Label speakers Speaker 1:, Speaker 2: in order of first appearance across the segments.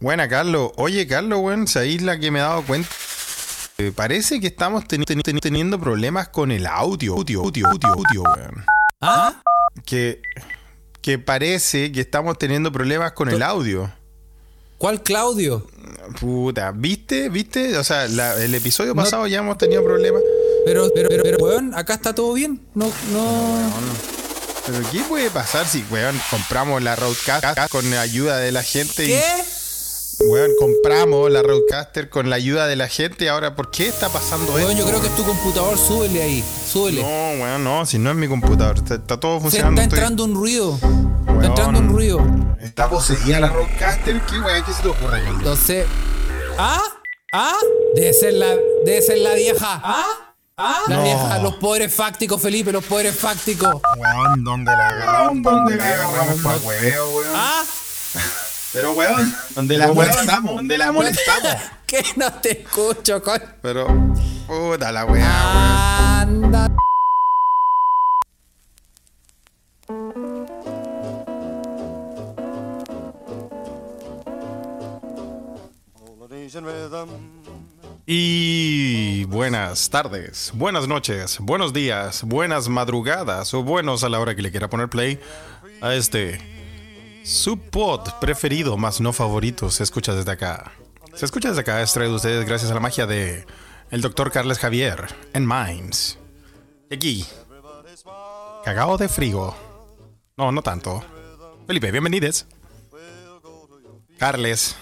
Speaker 1: Buena, Carlos. Oye, Carlos, weón, esa isla que me he dado cuenta. Eh, parece que estamos teni- teni- teni- teniendo problemas con el audio, audio, audio, audio, audio, weón.
Speaker 2: ¿Ah?
Speaker 1: Que, que parece que estamos teniendo problemas con el audio.
Speaker 2: ¿Cuál Claudio?
Speaker 1: Puta, ¿viste? ¿Viste? O sea, la- el episodio pasado ya hemos tenido problemas.
Speaker 2: Pero, pero, pero, pero, weón, acá está todo bien. No, no.
Speaker 1: Pero ¿qué puede pasar si, weón, compramos la Roadcaster con la ayuda de la gente?
Speaker 2: ¿Qué?
Speaker 1: Y, weón, compramos la Roadcaster con la ayuda de la gente. Ahora, ¿por qué está pasando
Speaker 2: Weón,
Speaker 1: esto?
Speaker 2: yo creo que es tu computador, súbele ahí, súbele.
Speaker 1: No, weón, no, si no es mi computador. Está, está todo
Speaker 2: Se
Speaker 1: funcionando.
Speaker 2: está
Speaker 1: estoy-
Speaker 2: entrando un ruido.
Speaker 1: Weón.
Speaker 2: Está entrando un ruido.
Speaker 1: Está poseída la Roadcaster. ¿Qué, weón? ¿Qué se te ocurre? weón?
Speaker 2: Entonces. ¿Ah? ¿Ah? Debe ser la, debe ser la vieja. ¿Ah? ¿Ah? La
Speaker 1: No.
Speaker 2: vieja, los pobres fácticos, Felipe, los pobres fácticos.
Speaker 1: Weón, ¿dónde la agarramos? ¿Dónde la agarramos para hueveo, weón?
Speaker 2: ¿Ah?
Speaker 1: Pero, weón, ¿dónde la molestamos? ¿Dónde la molestamos?
Speaker 2: que no te escucho, coño.
Speaker 1: Pero, puta la weá, weón.
Speaker 2: Anda.
Speaker 3: Polynesian rhythm.
Speaker 1: Y buenas tardes, buenas noches, buenos días, buenas madrugadas o buenos a la hora que le quiera poner play a este su pod preferido, más no favorito, se escucha desde acá. Se escucha desde acá, es traído a ustedes gracias a la magia de el doctor Carles Javier en Minds. Y Aquí, cagao de frigo. No, no tanto. Felipe, bienvenides. Carles.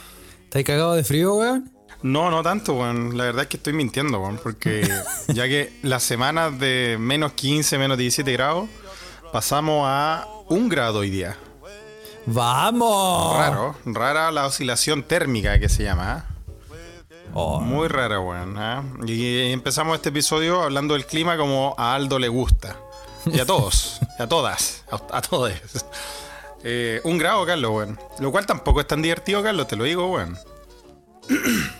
Speaker 2: ¿Estás cagado de frío, weón?
Speaker 1: No, no tanto, weón. La verdad es que estoy mintiendo, weón. Porque ya que las semanas de menos 15, menos 17 grados, pasamos a un grado hoy día.
Speaker 2: ¡Vamos!
Speaker 1: Raro. Rara la oscilación térmica que se llama. ¿ah?
Speaker 2: Oh,
Speaker 1: Muy rara, weón. ¿ah? Y empezamos este episodio hablando del clima como a Aldo le gusta. Y a todos, a todas, a, a todos. Eh, un grado, Carlos, weón. Lo cual tampoco es tan divertido, Carlos, te lo digo, weón.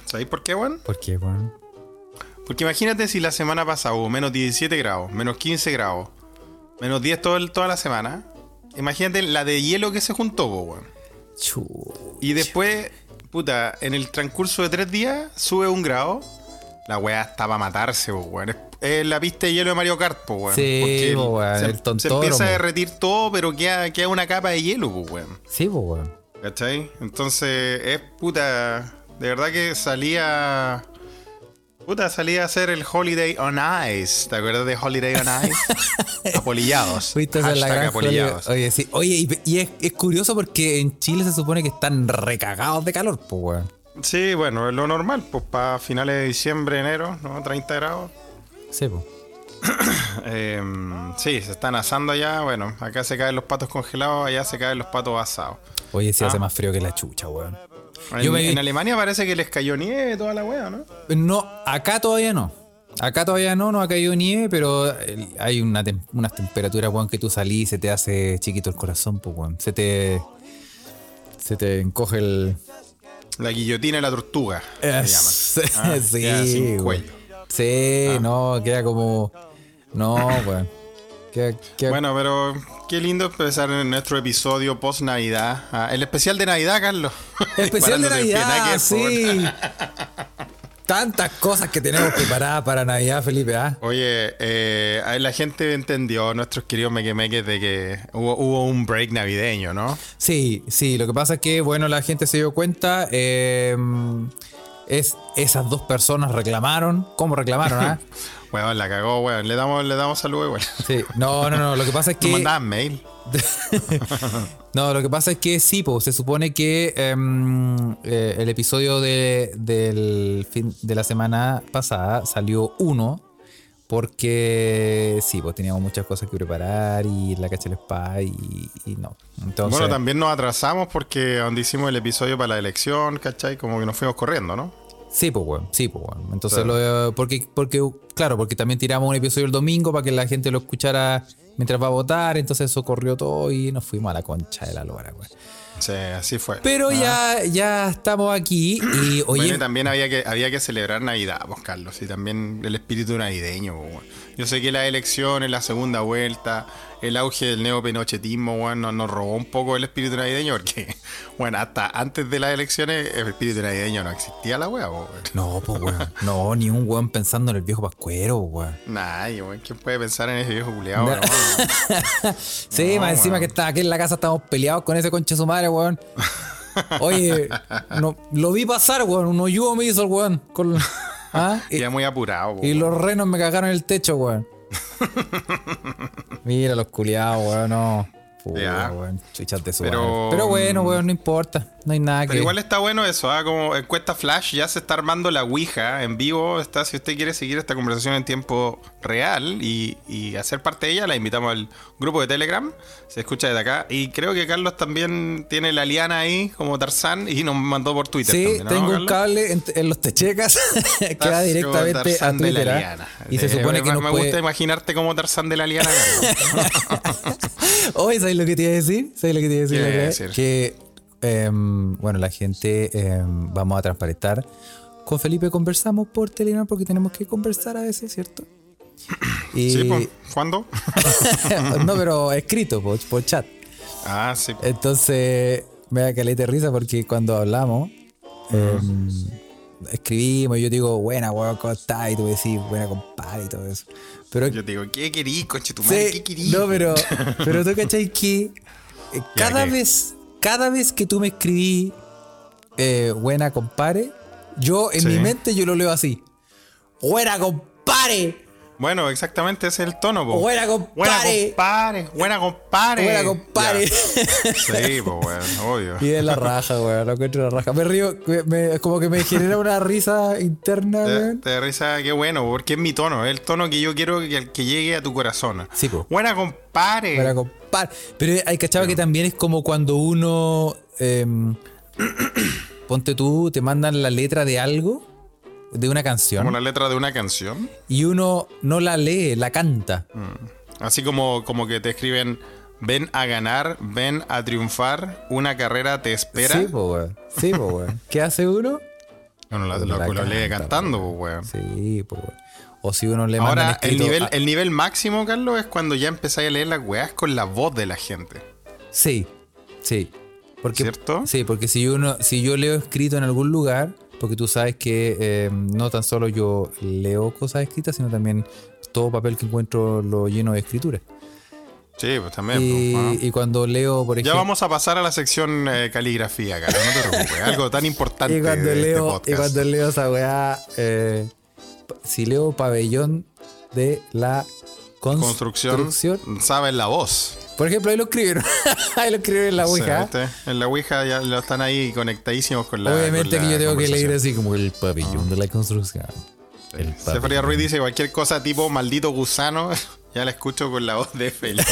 Speaker 1: ¿Sabéis por qué, weón?
Speaker 2: ¿Por qué, weón?
Speaker 1: Porque imagínate si la semana pasada hubo menos 17 grados, menos 15 grados, menos 10 todo el- toda la semana. Imagínate la de hielo que se juntó, po, weón.
Speaker 2: Chu.
Speaker 1: Y después, puta, en el transcurso de tres días sube un grado. La weá está para matarse, po, weón. Es, es la pista de hielo de Mario Kart, po, weón.
Speaker 2: Sí,
Speaker 1: Porque
Speaker 2: po, weón,
Speaker 1: Se,
Speaker 2: el
Speaker 1: se
Speaker 2: tontódromo.
Speaker 1: empieza a derretir todo, pero queda, queda una capa de hielo, po, weón.
Speaker 2: Sí, po, weón.
Speaker 1: ¿Cachai? Entonces, es puta. De verdad que salía. Puta, salía a hacer el Holiday on Ice. ¿Te acuerdas de Holiday on Ice? apolillados.
Speaker 2: Fuiste con la
Speaker 1: Hashtag
Speaker 2: gran
Speaker 1: apolillados.
Speaker 2: Hollywood. Oye, sí. Oye, y, y es, es curioso porque en Chile se supone que están recagados de calor, po, weón.
Speaker 1: Sí, bueno, es lo normal, pues para finales de diciembre, enero, ¿no? 30 grados.
Speaker 2: Sí, po.
Speaker 1: Eh, sí, se están asando allá. Bueno, acá se caen los patos congelados, allá se caen los patos asados.
Speaker 2: Oye, sí hace más frío que la chucha, weón.
Speaker 1: En,
Speaker 2: Yo me-
Speaker 1: en Alemania parece que les cayó nieve toda la wea, ¿no?
Speaker 2: No, acá todavía no. Acá todavía no, no ha caído nieve, pero el- hay una tem- unas temperaturas, weón, que tú salís y se te hace chiquito el corazón, pues, weón. Se te. Se te encoge el.
Speaker 1: La guillotina y la tortuga. se
Speaker 2: Eh,
Speaker 1: llama.
Speaker 2: sí,
Speaker 1: Ah, queda sin
Speaker 2: weón.
Speaker 1: cuello. Ah.
Speaker 2: Sí, no, queda como. No, weón. Queda- queda-
Speaker 1: Bueno, pero qué lindo empezar en nuestro episodio post Navidad. Ah, el especial de Navidad, Carlos.
Speaker 2: Especial de
Speaker 1: Disparándote en pie, nada
Speaker 2: Navidad,
Speaker 1: que ver,
Speaker 2: sí. Tantas cosas que tenemos preparadas para Navidad, Felipe, ¿ah?
Speaker 1: por- Oye, eh, ahí la gente entendió, nuestros queridos mequemeques, de que hubo, hubo un break navideño, ¿no?
Speaker 2: Sí, sí, lo que pasa es que, bueno, la gente se dio cuenta. eh, es, esas dos personas reclamaron. ¿Cómo reclamaron, ah?
Speaker 1: Weón, la cagó, weón. Le damos, le damos saludos, weón.
Speaker 2: Sí. No, no, no. Lo que pasa es
Speaker 1: Nos
Speaker 2: que.
Speaker 1: mandaban mail.
Speaker 2: No, lo que pasa es que sí, po, se supone que em, eh, el episodio de, del fin de la semana pasada salió uno. Porque sí, pues teníamos muchas cosas que preparar y la cacha el spa y, y no. Entonces,
Speaker 1: bueno, también nos atrasamos porque donde hicimos el episodio para la elección, ¿cachai? Como que nos fuimos corriendo, ¿no?
Speaker 2: Sí, pues, weón. Sí, pues, weón. Entonces,
Speaker 1: Claro.
Speaker 2: lo- porque, porque, claro, porque también tiramos un episodio el domingo para que la gente lo escuchara mientras va a votar. Entonces, eso corrió todo y nos fuimos a la concha de la lora, weón.
Speaker 1: Sí, así fue.
Speaker 2: Pero
Speaker 1: Ah.
Speaker 2: ya, ya estamos aquí y, oye,
Speaker 1: Bueno, y también había que, había que celebrar Navidad, pues, Carlos, y también el espíritu navideño. pues, bueno. Yo sé que las elecciones, la segunda vuelta, el auge del neopinochetismo, weón, nos, nos robó un poco el espíritu navideño, porque, bueno, hasta antes de las elecciones, el espíritu navideño no existía la weá, weón.
Speaker 2: No, pues weón. No, ni un weón pensando en el viejo pascuero, pues, weón.
Speaker 1: Nadie, weón, ¿quién puede pensar en ese viejo culiado,
Speaker 2: No.
Speaker 1: weón?
Speaker 2: Sí,
Speaker 1: No,
Speaker 2: más encima
Speaker 1: weón.
Speaker 2: que está aquí en la casa estamos peleados con ese concha de su madre, weón. Oye, no, lo vi pasar, weón. Un hoyugo me hizo el weón. Con, ¿ah? Y,
Speaker 1: Ya muy apurado, pues, weón.
Speaker 2: y los renos me cagaron el techo, weón. Mira los culiados, weón. No. Puta,
Speaker 1: Ya.
Speaker 2: weón. Chuchas de su
Speaker 1: Pero,
Speaker 2: madre. Pero bueno, weón, no importa. No hay nada que.
Speaker 1: Pero igual está bueno eso, ah, como encuesta Flash ya se está armando la Ouija en vivo. Está, si usted quiere seguir esta conversación en tiempo real y, y hacer parte de ella, la invitamos al grupo de Telegram. Se escucha desde acá. Y creo que Carlos también tiene la liana ahí, como Tarzán, y nos mandó por Twitter.
Speaker 2: Sí,
Speaker 1: también, ¿no,
Speaker 2: tengo un
Speaker 1: Carlos?
Speaker 2: cable en, en los techecas que va
Speaker 1: Estás como
Speaker 2: directamente a
Speaker 1: Tarzán de la
Speaker 2: Twitter. ¿ah?
Speaker 1: Liana.
Speaker 2: Y se
Speaker 1: Eh,
Speaker 2: supone que
Speaker 1: me,
Speaker 2: no
Speaker 1: me gusta
Speaker 2: puede.
Speaker 1: imaginarte como Tarzán de la liana. Carlos.
Speaker 2: Oye, ¿sabes lo que te iba a decir? ¿Sabes lo que te iba a decir?
Speaker 1: ¿Qué
Speaker 2: la otra
Speaker 1: iba a
Speaker 2: vez?
Speaker 1: decir?
Speaker 2: Que, em, bueno, la gente em, vamos a transparentar. Con Felipe conversamos por Telegram porque tenemos que conversar a veces, ¿cierto? Y,
Speaker 1: sí, pues, ¿cuándo?
Speaker 2: no, pero escrito, por, por chat.
Speaker 1: ah, sí.
Speaker 2: Entonces, me da caleta de risa porque cuando hablamos, em, escribimos y yo digo, buena, weón, ¿cómo estás? Y tú decís, buena, compadre, y todo eso. Pero
Speaker 1: Yo te digo, ¿qué querís, coche tu madre?
Speaker 2: Sí,
Speaker 1: ¿Qué querís?
Speaker 2: no, pero, pero tú cachai que eh,
Speaker 1: Ya,
Speaker 2: cada
Speaker 1: ¿qué?
Speaker 2: vez, cada vez que tú me escribí eh, buena compare, yo en
Speaker 1: Sí.
Speaker 2: mi mente yo lo leo así. Buena compare,
Speaker 1: Bueno, exactamente ese es el tono, po.
Speaker 2: buena
Speaker 1: Buena
Speaker 2: compare,
Speaker 1: compadre, buena compadre.
Speaker 2: buena compare.
Speaker 1: Ya. Sí, pues, weón, obvio.
Speaker 2: Y es la raja, weón, lo encuentro la raja. Me río, me- me- como que me genera una risa interna,
Speaker 1: Te,
Speaker 2: weón.
Speaker 1: te da risa, qué bueno, porque es mi tono, es el tono que yo quiero que, que llegue a tu corazón.
Speaker 2: Sí, po.
Speaker 1: Buena compadre.
Speaker 2: Para compar. Pero hay cachado que también es como cuando uno. em, ponte tú, te mandan la letra de algo, de una
Speaker 1: Como
Speaker 2: canción,
Speaker 1: la letra de una canción.
Speaker 2: y uno no la lee, la canta.
Speaker 1: Así como, como que te escriben, ven a ganar, ven a triunfar, una carrera te espera.
Speaker 2: Sí, po, weón. Sí, po, weón. ¿Qué hace uno?
Speaker 1: Bueno, la, lo,
Speaker 2: La
Speaker 1: lo lee
Speaker 2: canta,
Speaker 1: cantando, pues, weón.
Speaker 2: Sí, po, weón. O si uno le manda.
Speaker 1: Ahora, el nivel, el nivel máximo, Carlos, es cuando ya empezáis a leer las weas con la voz de la gente.
Speaker 2: Sí, sí. Porque,
Speaker 1: ¿Cierto?
Speaker 2: Sí, porque si, uno, si yo leo escrito en algún lugar, porque tú sabes que eh, no tan solo yo leo cosas escritas, sino también todo papel que encuentro lo lleno de escritura.
Speaker 1: Sí, pues también.
Speaker 2: Y,
Speaker 1: pues, bueno.
Speaker 2: y cuando leo, por
Speaker 1: Ya
Speaker 2: ejemplo.
Speaker 1: vamos a pasar a la sección eh, caligrafía, Carlos, no te preocupes. algo tan importante
Speaker 2: y cuando,
Speaker 1: de este
Speaker 2: leo, y
Speaker 1: podcast.
Speaker 2: cuando leo esa weá, eh, pa- si leo pabellón de la
Speaker 1: Construcción,
Speaker 2: construcción.
Speaker 1: sabe la voz.
Speaker 2: Por ejemplo, ahí lo escribieron. ahí lo escribieron en la
Speaker 1: O
Speaker 2: Ouija.
Speaker 1: sea, ¿viste? en la Ouija ya lo están ahí conectadísimos con la
Speaker 2: Obviamente
Speaker 1: con
Speaker 2: que
Speaker 1: la
Speaker 2: yo tengo que leer
Speaker 1: conversación.
Speaker 2: así como el pabellón de la construcción. El
Speaker 1: Se Faría Ruiz dice cualquier cosa tipo maldito gusano. Ya la escucho con la voz de Felipe.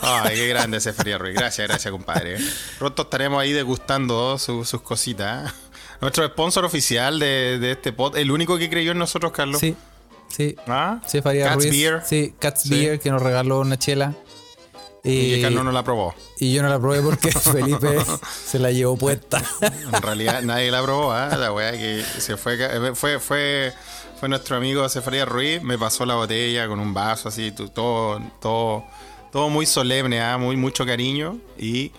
Speaker 1: Ay, qué grande ese Faría Ruiz. Gracias, gracias, compadre. Pronto estaremos ahí degustando su- sus cositas. Nuestro sponsor oficial de, de este pod, el único que creyó en nosotros, Carlos.
Speaker 2: Sí, sí.
Speaker 1: ¿Ah?
Speaker 2: Sí, Faría
Speaker 1: Cat's
Speaker 2: Ruiz.
Speaker 1: Beer.
Speaker 2: Sí, Cats
Speaker 1: Sí.
Speaker 2: Beer que nos regaló una chela.
Speaker 1: Y
Speaker 2: Y,
Speaker 1: que Carlos no la probó.
Speaker 2: y yo no la probé porque Felipe se la llevó puesta.
Speaker 1: En realidad nadie la probó, ¿ah? La weá que se fue, ca- eh, fue, fue, fue nuestro amigo Cefaría Ruiz, me pasó la botella con un vaso así, tu- todo, todo, todo muy solemne, ¿ah? Muy, mucho cariño. Y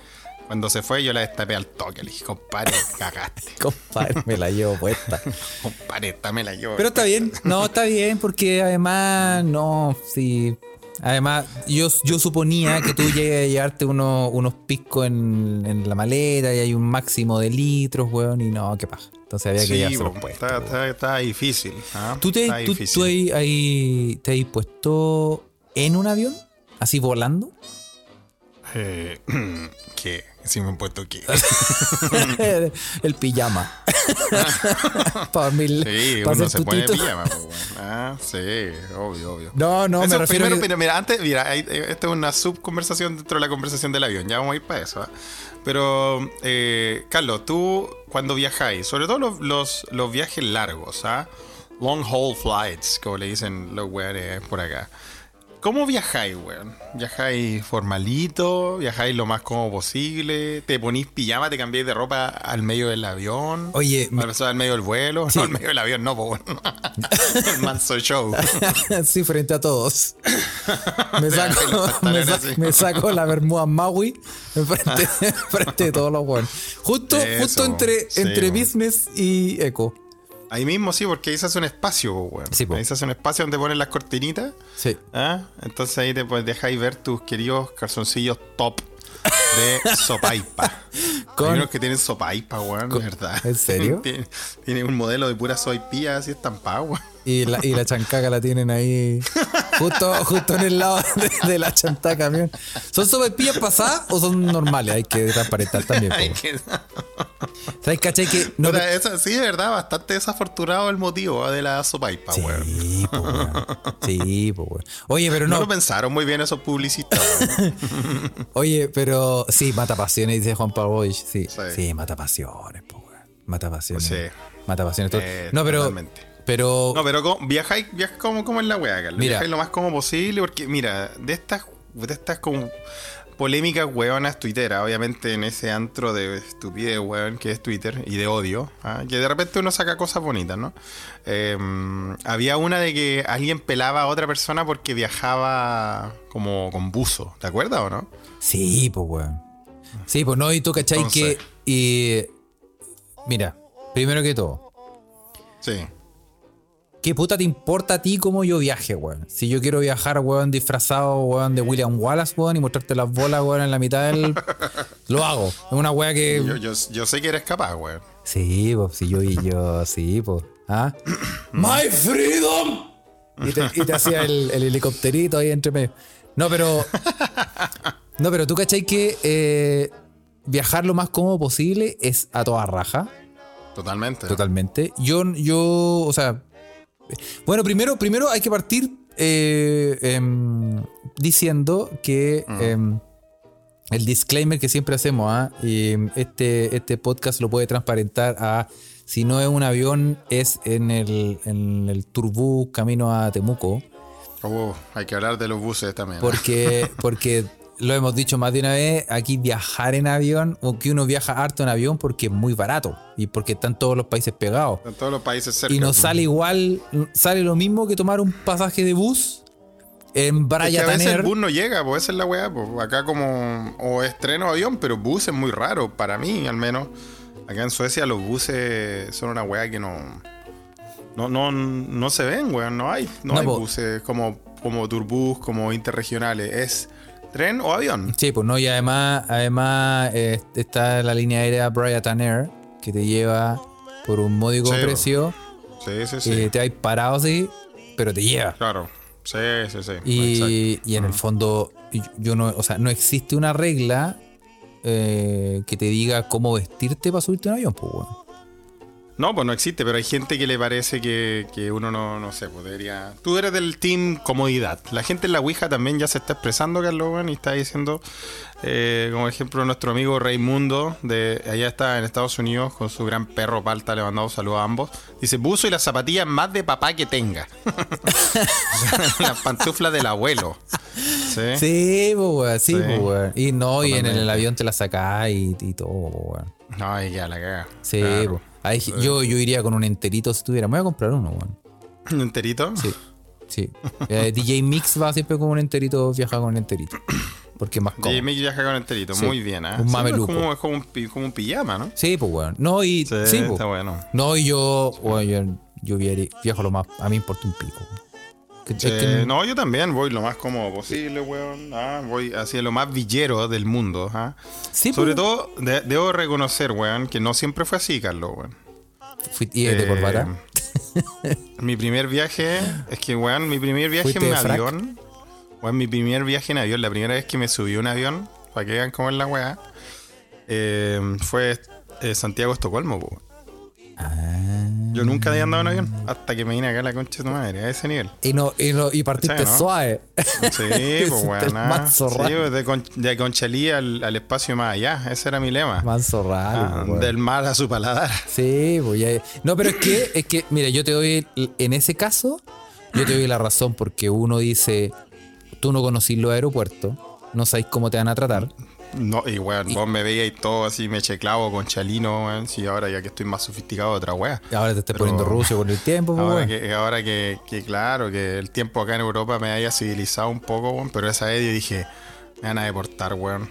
Speaker 1: cuando se fue yo la destapé al toque, le dije, compadre, cagaste,
Speaker 2: Compadre, me la llevó puesta.
Speaker 1: compadre, dámela yo.
Speaker 2: Pero está bien, no, está bien, porque además, no, sí. Además, yo, yo suponía que tú llegues a llevarte uno- unos piscos en, en la maleta y hay un máximo de litros, weón, y no, qué paja. Entonces había que
Speaker 1: Sí,
Speaker 2: llevárselo
Speaker 1: po,
Speaker 2: puesto,
Speaker 1: está,
Speaker 2: weón.
Speaker 1: está- está difícil. ¿ah?
Speaker 2: ¿Tú te,
Speaker 1: Está
Speaker 2: tú-
Speaker 1: difícil.
Speaker 2: tú ahí- ahí- te has puesto en un avión? ¿Así volando?
Speaker 1: Eh, ¿Qué? Si me han puesto que...
Speaker 2: el pijama. para mil,
Speaker 1: Sí,
Speaker 2: pa'
Speaker 1: uno
Speaker 2: hacer
Speaker 1: se pone
Speaker 2: tutito.
Speaker 1: pijama, pues, weón. Ah, sí, obvio, obvio.
Speaker 2: No, no,
Speaker 1: Eso
Speaker 2: me refiero
Speaker 1: primero,
Speaker 2: que-
Speaker 1: pero mira, antes, mira, hay- eh, esta es una subconversación dentro de la conversación del avión, ya vamos a ir para eso. ¿ah? Pero, eh, Carlos, tú cuando viajáis, sobre todo los, los, los viajes largos, ¿ah? long haul flights, como le dicen los weones por acá, ¿Cómo viajáis, weón? ¿Viajáis formalito? ¿Viajáis lo más cómodo posible? ¿Te ponís pijama? ¿Te cambiáis de ropa al medio del avión?
Speaker 2: Oye,
Speaker 1: Al- al medio del vuelo, no al medio del avión, no, po, bueno. El manso show.
Speaker 2: sí, frente a todos. Me
Speaker 1: Te
Speaker 2: saco,
Speaker 1: bajan los
Speaker 2: me
Speaker 1: pantalones
Speaker 2: sa-
Speaker 1: así.
Speaker 2: me saco la bermuda Maui enfrente, enfrente de todos los buenos. Justo,
Speaker 1: Eso,
Speaker 2: justo entre,
Speaker 1: sí,
Speaker 2: entre
Speaker 1: bueno.
Speaker 2: business y eco.
Speaker 1: Ahí mismo sí, porque ahí se hace un espacio, po, weón.
Speaker 2: Sí, po.
Speaker 1: Ahí se hace un espacio donde ponen las cortinitas.
Speaker 2: Sí.
Speaker 1: ¿ah? Entonces ahí te pues, dejáis ver tus queridos calzoncillos top de sopaipa.
Speaker 2: Con-
Speaker 1: Hay unos que tienen sopaipa, weón, de verdad.
Speaker 2: ¿En serio?
Speaker 1: Tiene, tiene un modelo de pura soipía así estampada, weón.
Speaker 2: Y la, y la chancaca la tienen ahí justo, justo en el lado de, de la chantaca camión. ¿Son sopaipillas pasadas o son normales? Hay que transparentar también.
Speaker 1: Ay,
Speaker 2: po.
Speaker 1: que-
Speaker 2: ¿Sabes, caché? Que no,
Speaker 1: Puta, esa- sí, de verdad, bastante desafortunado el motivo ah, de la sopaipa, weón.
Speaker 2: Sí, po, weón. Sí, po, weón. Oye, pero
Speaker 1: No,
Speaker 2: no.
Speaker 1: lo pensaron muy bien esos publicistas. weón.
Speaker 2: Oye, pero sí, mata pasiones, dice Juan Pablo Boich. Sí, sí,
Speaker 1: Sí.
Speaker 2: mata pasiones, po, weón. Mata pasiones.
Speaker 1: Sí.
Speaker 2: Mata pasiones.
Speaker 1: Eh,
Speaker 2: no, pero.
Speaker 1: totalmente.
Speaker 2: Pero.
Speaker 1: No, pero ¿cómo- viajáis, viajáis como, como en la weá, Carlos.
Speaker 2: Mira.
Speaker 1: Viajáis lo más como posible, porque mira, de estas, de estas como polémicas weonas tuiteras, obviamente en ese antro de estupidez weón que es Twitter y de odio, ¿ah? que de repente uno saca cosas bonitas, ¿no? Eh, había una de que alguien pelaba a otra persona porque viajaba como con buzo, ¿te acuerdas o no?
Speaker 2: Sí, pues, weón. Sí, pues, no, y tú, ¿cachai?
Speaker 1: Entonces.
Speaker 2: Que. Y, mira, primero que todo.
Speaker 1: Sí.
Speaker 2: ¿Qué puta te importa a ti cómo yo viaje, weón? Si yo quiero viajar, weón, disfrazado, weón, de William Wallace, weón, y mostrarte las bolas, weón, en la mitad del. Lo hago. Es una weá que.
Speaker 1: Yo, yo- yo sé que eres capaz, weón.
Speaker 2: Sí, pues, sí, yo y yo, sí, pues. ¿Ah? ¡My freedom! Y te, y te hacía el, el helicópterito ahí entre medio. No, pero. No, pero tú cachai que eh, viajar lo más cómodo posible es a toda raja.
Speaker 1: Totalmente.
Speaker 2: Totalmente. Yo, yo, o sea. Bueno, primero, primero hay que partir eh, em, diciendo que em, el disclaimer que siempre hacemos, ¿ah? Em, este, este podcast lo puede transparentar a si no es un avión, es en el, en el turbú camino a Temuco.
Speaker 1: Oh, hay que hablar de los buses también. ¿eh?
Speaker 2: Porque, porque lo hemos dicho más de una vez, aquí viajar en avión, o que uno viaja harto en avión porque es muy barato y porque están todos los países pegados.
Speaker 1: En todos los países cerca.
Speaker 2: Y nos sale igual, sale lo mismo que tomar un pasaje de bus en
Speaker 1: Es que a
Speaker 2: Braya
Speaker 1: veces el
Speaker 2: Tanner.
Speaker 1: bus no llega, pues esa es la weá. Pues. Acá como o estreno avión, pero bus es muy raro, para mí al menos. Acá en Suecia los buses son una weá que no... No, no, no se ven, weón, no hay, no
Speaker 2: No,
Speaker 1: hay
Speaker 2: po.
Speaker 1: buses como, como turbus, como interregionales. Es tren o avión.
Speaker 2: Sí, pues no, y además, además eh, está la línea aérea Braya Tanner que te lleva por un módico
Speaker 1: Sí,
Speaker 2: precio.
Speaker 1: Sí, sí, sí.
Speaker 2: eh, te hay parado así, pero te lleva.
Speaker 1: claro. Sí, sí, sí. Exacto.
Speaker 2: Y, y en el fondo, y- yo no, o sea, no existe una regla eh, que te diga cómo vestirte para subirte a un avión, pues weón.
Speaker 1: No, pues no existe, pero hay gente que le parece que, que uno no, no sé, pues debería... Tú eres del team comodidad. La gente en la Ouija también ya se está expresando, Carlos, weón, y está diciendo, eh, como ejemplo, nuestro amigo Raimundo, de allá está en Estados Unidos, con su gran perro Palta, le mandamos saludos a ambos. Dice, buzo y las zapatillas más de papá que tenga. las pantuflas del abuelo. Sí.
Speaker 2: Sí, pues weón, sí,
Speaker 1: ¿Eh? Sí.
Speaker 2: pues weón. Y no, y en el,
Speaker 1: Totalmente.
Speaker 2: avión te la sacás y, y todo, pues weón.
Speaker 1: No, y ya la caga.
Speaker 2: Sí,
Speaker 1: Claro.
Speaker 2: po. Ahí- yo, yo iría con un enterito si tuviera. Me voy a comprar uno, weón.
Speaker 1: ¿Un enterito?
Speaker 2: Sí. Sí. Eh, DJ Mix va siempre con un enterito, viaja con un enterito. Porque es más cómodo.
Speaker 1: Jimmy viaja con enterito,
Speaker 2: Sí.
Speaker 1: muy bien, ¿eh?
Speaker 2: Un
Speaker 1: Sí,
Speaker 2: mameluco.
Speaker 1: Es como, es como un, pi- como un pijama, ¿no?
Speaker 2: Sí, pues weón. No, y. Sí,
Speaker 1: Sí,
Speaker 2: po.
Speaker 1: está bueno.
Speaker 2: No, y yo. weón, yo, yo viari- viajo lo más. A mí me importa un pico. weón. Que- es
Speaker 1: Eh,
Speaker 2: que-
Speaker 1: no, yo también voy lo más cómodo posible, weón. Ah, voy hacia lo más villero del mundo. ah.
Speaker 2: Sí,
Speaker 1: Sobre
Speaker 2: po.
Speaker 1: todo, de- debo reconocer, weón, que no siempre fue así, Carlos, weón.
Speaker 2: Fui- y es de
Speaker 1: Eh,
Speaker 2: corbata.
Speaker 1: mi primer viaje, es que, weón, mi primer viaje
Speaker 2: ¿Fuiste
Speaker 1: en
Speaker 2: de frac?
Speaker 1: avión. Weón, mi primer viaje en avión, la primera vez que me subí a un avión, para que vean cómo es la weá, eh, fue eh, Santiago-Estocolmo, po, weón.
Speaker 2: Ah.
Speaker 1: Yo nunca había andado en
Speaker 2: Mm.
Speaker 1: avión hasta que me vine acá a la concha de tu madre, a ese nivel.
Speaker 2: Y no, y no, y partiste
Speaker 1: ¿Cachai, no?
Speaker 2: suave.
Speaker 1: Sí, pues
Speaker 2: El
Speaker 1: bueno.
Speaker 2: más
Speaker 1: Sí,
Speaker 2: zorrado.
Speaker 1: pues, de, Con- de Conchalí al, al espacio más allá. Ese era mi lema.
Speaker 2: Manso raro,
Speaker 1: Ah,
Speaker 2: weón.
Speaker 1: del mar a su paladar.
Speaker 2: Sí, pues ya- No, pero es que, es que, mira, yo te doy, el- en ese caso, yo te doy la razón porque uno dice, tú no conocís los aeropuertos, no sabéis cómo te van a tratar.
Speaker 1: No, y weón, vos me veías y todo así, me checlavo con chalino, weón. Sí, ahora ya que estoy más sofisticado de otra wea.
Speaker 2: Ahora te estás
Speaker 1: Pero-
Speaker 2: poniendo ruso con el tiempo, pues,
Speaker 1: Ahora,
Speaker 2: weón.
Speaker 1: que, ahora que, que claro, que el tiempo acá en Europa me haya civilizado un poco, weón, pero esa vez yo dije, me van a deportar, weón.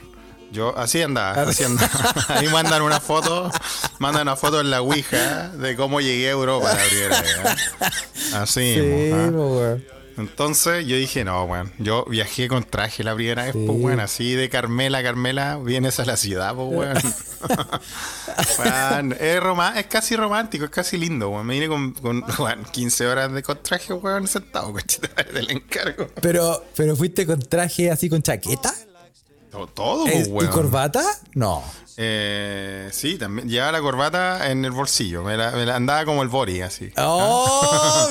Speaker 1: Yo, así andaba,
Speaker 2: Ah,
Speaker 1: así andaba. Ahí mandan una foto, mandan una foto en la Ouija de cómo llegué a Europa la primera vez, weón. Así,
Speaker 2: Sí,
Speaker 1: mo, ah.
Speaker 2: pues, weón.
Speaker 1: Entonces yo dije, no, weón. Yo viajé con traje la primera vez,
Speaker 2: Sí.
Speaker 1: pues, weón. Así de Carmela, Carmela, vienes a la ciudad, pues, weón. Weón, es, roma- es casi romántico, es casi lindo, weón. Me vine con, con, weón, 15 horas de con traje, weón, sentado, cochita, del encargo.
Speaker 2: Pero, pero fuiste con traje así con chaqueta
Speaker 1: To- Todo,
Speaker 2: eh,
Speaker 1: pues,
Speaker 2: y
Speaker 1: weón.
Speaker 2: corbata, no.
Speaker 1: Eh, sí, también. Llevaba la corbata en el bolsillo. Me la, me la andaba como el body, así. ¿Ah?
Speaker 2: Oh,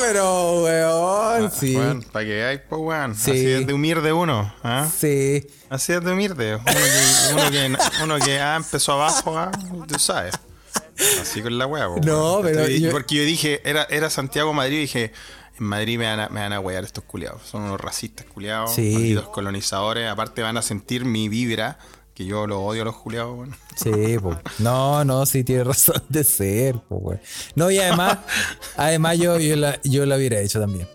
Speaker 2: pero weón, Ah, sí,
Speaker 1: para que veáis, pues, weón.
Speaker 2: Sí.
Speaker 1: Así es de humilde uno, ¿ah?
Speaker 2: sí.
Speaker 1: Así es de humilde. Uno que, uno que, uno que, ah, empezó abajo, ah, tú sabes. Así con la hueá. po,
Speaker 2: No,
Speaker 1: weón.
Speaker 2: pero
Speaker 1: Estoy-
Speaker 2: yo-
Speaker 1: Porque yo dije, era, era Santiago-Madrid y dije, en Madrid me van a, me van a huear estos culiados. Son unos racistas culiados,
Speaker 2: Sí.
Speaker 1: malditos colonizadores. Aparte van a sentir mi vibra, que yo lo odio a los culiados, weón.
Speaker 2: Sí, po. no, no, sí tiene razón de ser, po, weón. No, y además, además yo, yo, la, yo la hubiera hecho también.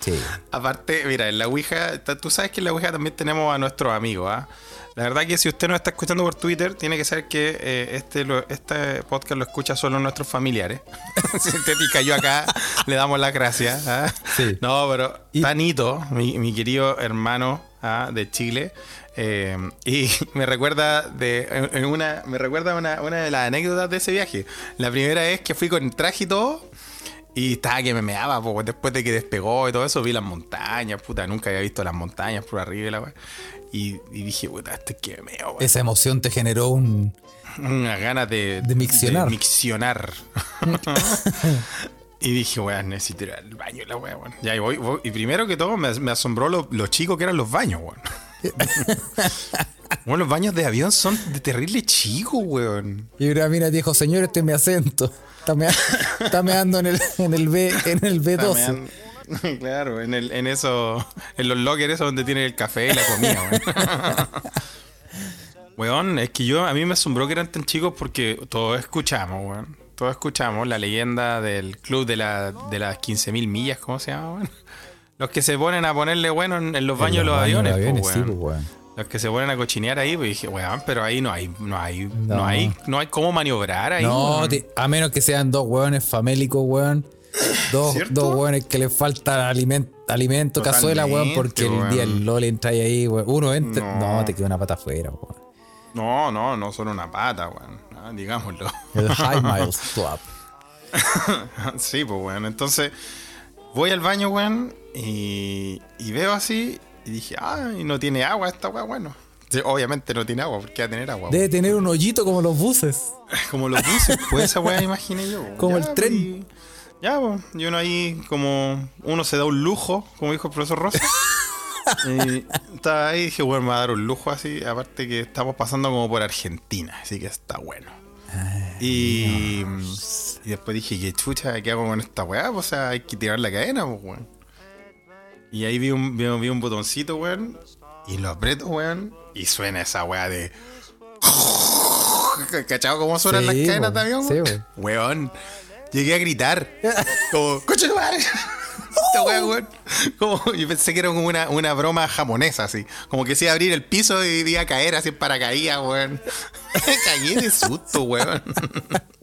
Speaker 2: Sí.
Speaker 1: Aparte, mira, en la Ouija, ta- tú sabes que en la Ouija también tenemos a nuestros amigos, ¿ah? La verdad que si usted nos está escuchando por Twitter, tiene que saber que eh, este, lo- este podcast lo escucha solo nuestros familiares. Sintética, yo acá le damos las gracias. ¿ah?
Speaker 2: Sí.
Speaker 1: No, pero Tanito, mi, mi querido hermano ¿ah? de Chile, eh, y me recuerda de en- en una, me recuerda una, una de las anécdotas de ese viaje. La primera vez que fui con traje y todo, y estaba que me meaba, po, pues, después de que despegó y todo eso, vi las montañas, puta, nunca había visto las montañas por arriba y la wea. Y, y dije, puta, esto es que me meo, wea.
Speaker 2: Esa emoción te generó un.
Speaker 1: Unas ganas de,
Speaker 2: De miccionar.
Speaker 1: de miccionar. y dije, weón, necesito ir al baño y la wea, weón. Ya, y voy, voy. Y primero que todo, me, as- me asombró lo, lo chico que eran los baños, weón. bueno, los baños de avión son de terrible chicos, weón.
Speaker 2: Y una mina dijo, señor, este es mi acento. Está, mea- está meando en el, en el, B, en el B12.
Speaker 1: Tamean- Claro, en, el, en eso, en los lockers esos donde tienen el café y la comida, weón. Weón, es que yo, a mí me asombró que eran tan chicos porque todos escuchamos, weón. Todos escuchamos la leyenda del club de, la, de las 15.000 millas, ¿cómo se llama, weón? Los que se ponen a ponerle, bueno, en, en los baños de los, aviones, pues. po,
Speaker 2: sí,
Speaker 1: weón.
Speaker 2: po, weón.
Speaker 1: Los que se ponen a cochinear ahí, pues dije, weón, pero ahí no hay, no hay, no,
Speaker 2: No.
Speaker 1: hay, no hay cómo maniobrar ahí.
Speaker 2: No,
Speaker 1: weón.
Speaker 2: te- a menos que sean dos hueones famélicos, weón. Dos,
Speaker 1: ¿Cierto?
Speaker 2: dos hueones que les falta aliment- alimento, cazuela, weón, porque el
Speaker 1: Totalmente,
Speaker 2: día el
Speaker 1: weón.
Speaker 2: LOL entra ahí, weón. Uno entra.
Speaker 1: No.
Speaker 2: No, te queda una pata afuera, weón.
Speaker 1: No, no, no solo una pata, weón. Ah, digámoslo.
Speaker 2: El High Miles Club.
Speaker 1: sí, pues, weón. Entonces, voy al baño, weón, y, y veo así, y dije, ah, y no tiene agua esta weá, bueno. Sí, obviamente no tiene agua, porque va a tener agua.
Speaker 2: Debe tener un hoyito como los buses.
Speaker 1: weón. Como los buses, pues esa weá imaginé yo. weón.
Speaker 2: Como el
Speaker 1: pues,
Speaker 2: tren.
Speaker 1: y- ya, pues, y uno ahí, como uno se da un lujo, como dijo el profesor Rosa. y estaba ahí y dije, weón, me va a dar un lujo así. Aparte que estamos pasando como por Argentina, así que está bueno. Y, mm, y después dije, ¿qué chucha? ¿Qué hago con esta weá? Pues, O sea, hay que tirar la cadena, pues, weón. Y ahí vi un, vi, un- vi un botoncito, weón. Y lo aprieto, weón. Y suena esa weá de. ¿Cachado cómo suenan
Speaker 2: Sí,
Speaker 1: las cadenas
Speaker 2: weón.
Speaker 1: de avión?
Speaker 2: Sí,
Speaker 1: weón? Weón, Llegué a gritar. Como, ¡coche tu madre! Esta weá, weón. Como, yo pensé que era como una, una broma japonesa, así. Como que se iba a abrir el piso y iba a caer así en paracaídas, weón. Caí de susto, weón.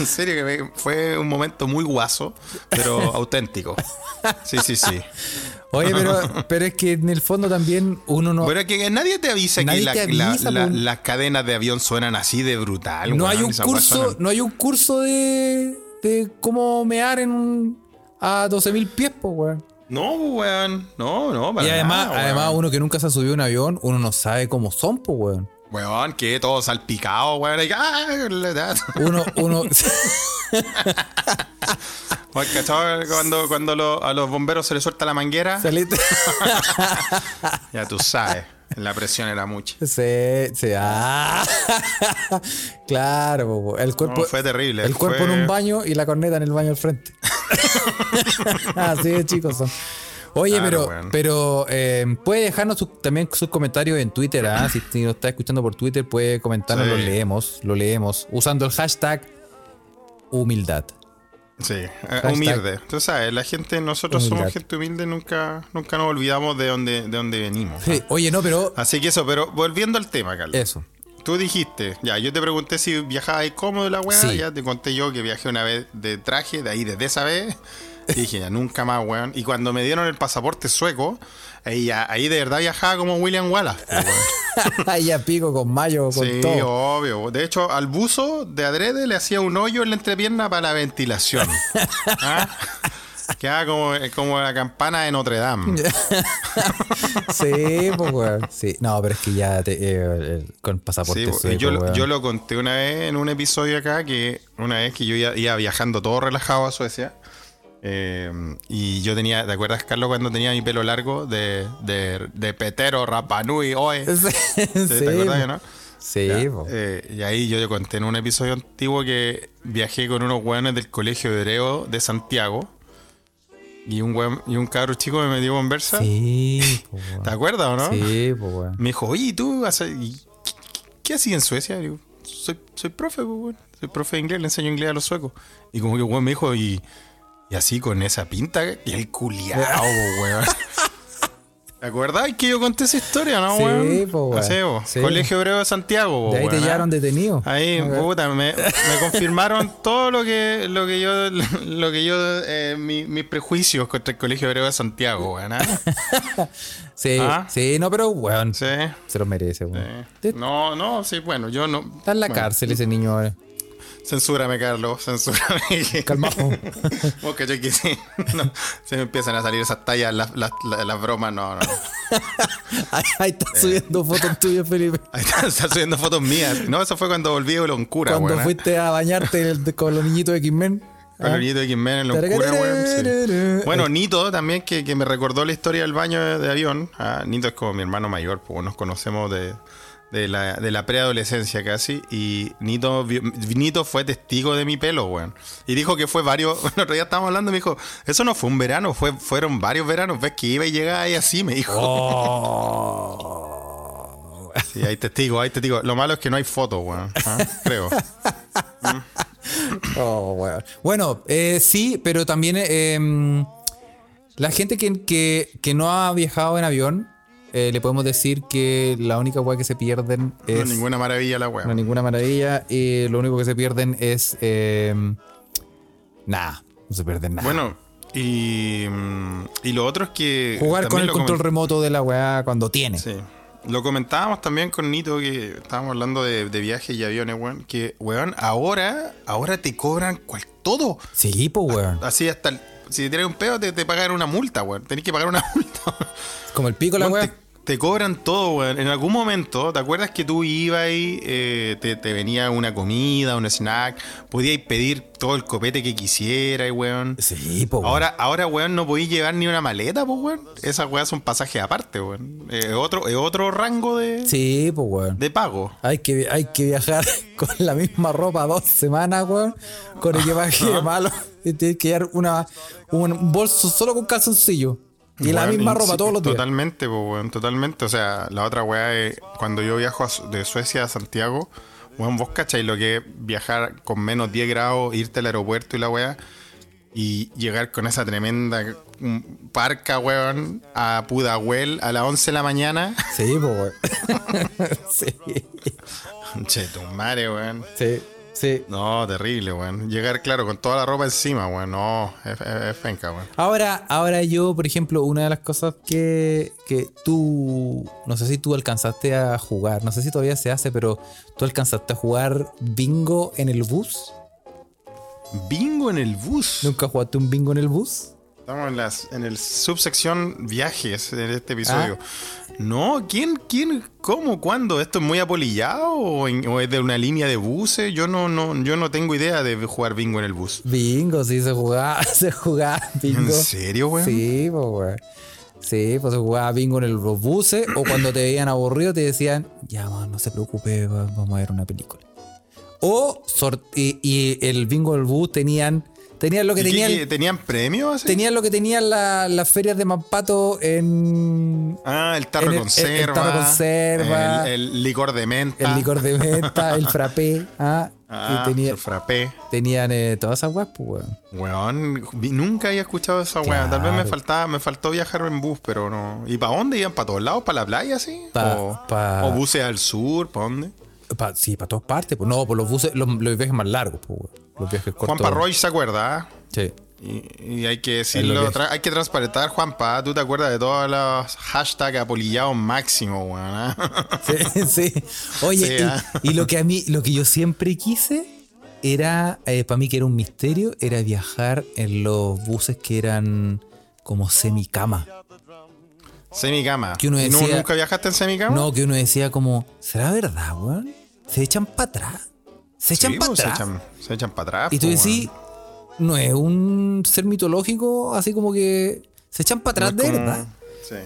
Speaker 1: En serio que me- fue un momento muy guaso, pero auténtico. Sí, sí, sí.
Speaker 2: Oye, pero, pero es que en el fondo también uno no.
Speaker 1: Pero es que nadie te avisa
Speaker 2: Nadie
Speaker 1: que la-
Speaker 2: te
Speaker 1: la-
Speaker 2: avisa,
Speaker 1: la-
Speaker 2: po.
Speaker 1: las cadenas de avión suenan así de brutal.
Speaker 2: no
Speaker 1: weón.
Speaker 2: hay un
Speaker 1: Esas weas
Speaker 2: curso,
Speaker 1: suenan-
Speaker 2: no hay un curso de, de cómo mear en un, a 12.000 pies, po, weón.
Speaker 1: No, weón. No, no. para
Speaker 2: Y además,
Speaker 1: nada, weón.
Speaker 2: además uno que nunca se ha subido a un avión, uno no sabe cómo son, po, weón.
Speaker 1: Weón, que todo salpicado, weón. Y, ah, la edad.
Speaker 2: Uno, uno,
Speaker 1: Weón, ¿cachado? Cuando, cuando lo- a los bomberos se les suelta la manguera,
Speaker 2: saliste.
Speaker 1: ya tú sabes. La presión era mucha.
Speaker 2: Sí, sí, ah. Claro, po, po. el cuerpo.
Speaker 1: No, fue terrible,
Speaker 2: Pues, El cuerpo
Speaker 1: fue-
Speaker 2: en un baño y la corneta en el baño al frente. Así de chicos son. Oye,
Speaker 1: Claro,
Speaker 2: pero,
Speaker 1: weón.
Speaker 2: pero eh, puede dejarnos su- también sus comentarios en Twitter, ¿ah? si, si nos está escuchando por Twitter, puede comentarnos,
Speaker 1: Sí.
Speaker 2: lo leemos, lo leemos, usando el hashtag humildad.
Speaker 1: Sí, eh, humilde. Tú sabes, la gente, nosotros somos
Speaker 2: Humildad.
Speaker 1: gente humilde, nunca, nunca nos olvidamos de dónde, de dónde venimos.
Speaker 2: Sí, oye, no, pero
Speaker 1: Así que eso, pero volviendo al tema, Carlos.
Speaker 2: eso.
Speaker 1: Tú dijiste, ya, yo te pregunté si viajabas ahí cómodo la weá,
Speaker 2: Sí.
Speaker 1: ya te conté yo que viajé una vez de traje, de ahí desde esa vez. Y dije, ya, nunca más, weón. Y cuando me dieron el pasaporte sueco, ahí, ya, ahí de verdad viajaba como William Wallace. pues, weón.
Speaker 2: Ay, ya pico con Mayo, con
Speaker 1: Sí,
Speaker 2: todo.
Speaker 1: obvio. De hecho, al buzo de adrede le hacía un hoyo en la entrepierna para la ventilación. ¿Ah? Quedaba como, como la campana de Notre Dame.
Speaker 2: Sí, pues, weón. Sí, no, pero es que ya te- eh, eh, con pasaporte
Speaker 1: Sí,
Speaker 2: sueco,
Speaker 1: yo, lo-
Speaker 2: weón.
Speaker 1: yo lo conté una vez en un episodio acá que una vez que yo iba, iba viajando todo relajado a Suecia. eh, y yo tenía, ¿te acuerdas, Carlos, cuando tenía mi pelo largo de, de, de petero, rapanui, oe?
Speaker 2: Sí,
Speaker 1: ¿Te,
Speaker 2: sí,
Speaker 1: te acordás, no?
Speaker 2: sí,
Speaker 1: Ya,
Speaker 2: po.
Speaker 1: eh, y ahí yo te conté en un episodio antiguo que viajé con unos hueones del colegio hebreo de Santiago. Y un, hueón- y un cabro chico me metió conversa.
Speaker 2: Sí, po, weón.
Speaker 1: ¿Te acuerdas o no?
Speaker 2: Sí, pues, weón.
Speaker 1: Me dijo, oye, ¿y ¿tú vas a- y qué, qué hacías en Suecia? Y digo, soy, soy profe, pues, weón. soy profe de inglés, le enseño inglés a los suecos. Y como que, weón, me dijo, y, y así con esa pinta, y el culiao, po, weón. ¿Te acordás que yo conté esa historia, no,
Speaker 2: Sí,
Speaker 1: weón?
Speaker 2: po, weón.
Speaker 1: Así, po.
Speaker 2: Sí.
Speaker 1: Colegio Hebreo de Santiago, po,
Speaker 2: De ahí te
Speaker 1: weón,
Speaker 2: llevaron
Speaker 1: ¿ah?
Speaker 2: detenido.
Speaker 1: Ahí, oh. puta, me, me confirmaron todo lo que, lo que yo, lo que yo, eh, mi- mis prejuicios contra el Colegio Hebreo de Santiago, weón. ¿ah?
Speaker 2: Sí,
Speaker 1: Ah.
Speaker 2: sí, no, pero, weón,
Speaker 1: Sí.
Speaker 2: se lo merece, weón.
Speaker 1: Eh, No, no, sí, bueno, yo no.
Speaker 2: Está en la
Speaker 1: bueno,
Speaker 2: cárcel ese niño eh. ahora.
Speaker 1: Censúrame, Carlos, censúrame.
Speaker 2: Calmado.
Speaker 1: Vos cachai que sí. No, se me empiezan a salir esas tallas, las, las- las- las bromas, no, no.
Speaker 2: Ahí, ahí está subiendo fotos tuyas, Felipe.
Speaker 1: Ahí están, están subiendo fotos mías. No, eso fue cuando volví de Loncura,
Speaker 2: Cuando
Speaker 1: weón. ¿ah?
Speaker 2: fuiste a bañarte el- con los niñitos de X-Men.
Speaker 1: Con
Speaker 2: Ah.
Speaker 1: el Nito de Quimén en Loncura, weón. sí. Bueno, Nito también, que, que me recordó la historia del baño de, de avión. Ah, Nito es como mi hermano mayor, pues nos conocemos de, de la, de la preadolescencia casi. Y Nito, vi- Nito fue testigo de mi pelo, weón. Y dijo que fue varios. El otro día estábamos hablando y me dijo: Eso no fue un verano, fue, fueron varios veranos. Ves que iba y llegaba ahí así, me dijo.
Speaker 2: Oh.
Speaker 1: Sí, hay testigos, hay testigos. Lo malo es que no hay fotos, weón. Ah, Creo.
Speaker 2: Oh, weón. Bueno, eh, sí, pero también eh, em, la gente que, que- que no ha viajado en avión, eh, le podemos decir que la única weá que se pierden es.
Speaker 1: No, ninguna maravilla la weón.
Speaker 2: No, ninguna maravilla. Y lo único que se pierden es. Eh, nada. No se pierden nada.
Speaker 1: Bueno, y, mm, y lo otro es que.
Speaker 2: Jugar con
Speaker 1: eh, también
Speaker 2: el
Speaker 1: lo
Speaker 2: control
Speaker 1: comen-
Speaker 2: remoto de la weá cuando tiene.
Speaker 1: Sí. Lo comentábamos también con Nito que estábamos hablando de, de viajes y aviones, weón. Que, weón, ahora, ahora te cobran cual todo.
Speaker 2: Sí, po, weón.
Speaker 1: Así hasta el- si te tiras un pedo, te, te pagan una multa, weón. Tenés que pagar una multa.
Speaker 2: Como el pico la
Speaker 1: Weón,
Speaker 2: weá.
Speaker 1: te, te cobran todo, weón. En algún momento, ¿te acuerdas que tú ibas y eh, te, te venía una comida, un snack? Podías pedir todo el copete que quisieras, weón.
Speaker 2: Sí, po, weón.
Speaker 1: Ahora, ahora, weón, no podéis llevar ni una maleta, pues, weón. Esas weas son pasajes aparte, weón. Eh, otro, eh, otro rango de,
Speaker 2: Sí, po, weón.
Speaker 1: de pago.
Speaker 2: Hay que, vi- hay que viajar con la misma ropa dos semanas, weón. Con equipaje malo. Y tienes que llevar una, un bolso solo con calzoncillo. Y la
Speaker 1: Weón,
Speaker 2: misma
Speaker 1: y-
Speaker 2: ropa
Speaker 1: sí,
Speaker 2: todos los días.
Speaker 1: Totalmente, pues, weón, totalmente. O sea, la otra weá es cuando yo viajo a Su- de Suecia a Santiago, weón, vos cacháis lo que es viajar con menos 10 grados, irte al aeropuerto y la weá, y llegar con esa tremenda mm, parca, weón, a Pudahuel a las 11 de la mañana.
Speaker 2: Sí, po, weón. sí,
Speaker 1: che, tu madre, weón.
Speaker 2: sí, sí.
Speaker 1: No, terrible, weón. Llegar, claro, con toda la ropa encima, weón. No, es, es- es penca, weón.
Speaker 2: Ahora, ahora yo, por ejemplo, una de las cosas que, que tú, no sé si tú alcanzaste a jugar, no sé si todavía se hace, pero tú alcanzaste a jugar bingo en el bus.
Speaker 1: Bingo en el bus.
Speaker 2: ¿Nunca jugaste un bingo en el bus?
Speaker 1: Estamos en, las, en el subsección viajes en este episodio.
Speaker 2: Ah.
Speaker 1: No, ¿quién, quién, cómo, cuándo? ¿Esto es muy apolillado o, en- o es de una línea de buses? Yo no, no, yo no tengo idea de jugar bingo en el bus.
Speaker 2: Bingo, sí, se jugaba, se jugaba bingo.
Speaker 1: ¿En serio, weón?
Speaker 2: Sí, pues, güey. Sí, pues se jugaba bingo en el- los buses o cuando te veían aburrido te decían, ya, man, no se preocupe, va- vamos a ver una película. O sort- y, y el bingo del bus tenían Tenían lo que
Speaker 1: ¿Y qué-
Speaker 2: tenían.
Speaker 1: qué- ¿Tenían premio así?
Speaker 2: Tenían lo que tenían la- las ferias de Mampato en.
Speaker 1: Ah, el tarro
Speaker 2: en
Speaker 1: de
Speaker 2: el- el-
Speaker 1: conserva.
Speaker 2: el tarro de conserva.
Speaker 1: El, el licor de
Speaker 2: El
Speaker 1: menta.
Speaker 2: licor de menta, el frappé. Ah,
Speaker 1: Ah,
Speaker 2: y tenía-
Speaker 1: el frappé.
Speaker 2: tenían eh, todas esas weas, pues, weón.
Speaker 1: Weón, vi- nunca había escuchado esa weá. Tal vez me
Speaker 2: Claro.
Speaker 1: faltaba, me faltó viajar en bus, pero no. ¿Y para dónde iban? ¿Para todos lados? ¿Para la playa, sí?
Speaker 2: Pa-
Speaker 1: o,
Speaker 2: pa-
Speaker 1: o buses al sur? ¿Para dónde?
Speaker 2: Pa- sí, para todas partes. Pues. No, por los buses, los, los viajes más largos, pues, weón. Los viajes cortos.
Speaker 1: Juan Parroy se acuerda, ¿ah?
Speaker 2: Sí.
Speaker 1: Y, y hay que
Speaker 2: Es
Speaker 1: decirlo,
Speaker 2: lo que-
Speaker 1: tra- hay que transparentar, Juanpa. Tú te acuerdas de todos los hashtags apolillados máximo, weón. ah?
Speaker 2: Sí, sí. Oye,
Speaker 1: Sí,
Speaker 2: y-
Speaker 1: ah.
Speaker 2: y, lo que a mí, lo que yo siempre quise era, para mí que era un misterio, era viajar en los buses que eran como semicama.
Speaker 1: Semicama.
Speaker 2: Que uno
Speaker 1: ¿Y no-
Speaker 2: decía-
Speaker 1: ¿Nunca viajaste en semicama?
Speaker 2: No, que uno decía como, ¿será verdad, weón? Se echan para atrás. Se echan
Speaker 1: Sí,
Speaker 2: para
Speaker 1: pues,
Speaker 2: atrás.
Speaker 1: Se echan, se echan para atrás.
Speaker 2: Y tú
Speaker 1: pues,
Speaker 2: decís,
Speaker 1: weón.
Speaker 2: no es un ser mitológico, así como que se echan para atrás
Speaker 1: No es
Speaker 2: de
Speaker 1: como-
Speaker 2: verdad.
Speaker 1: Sí.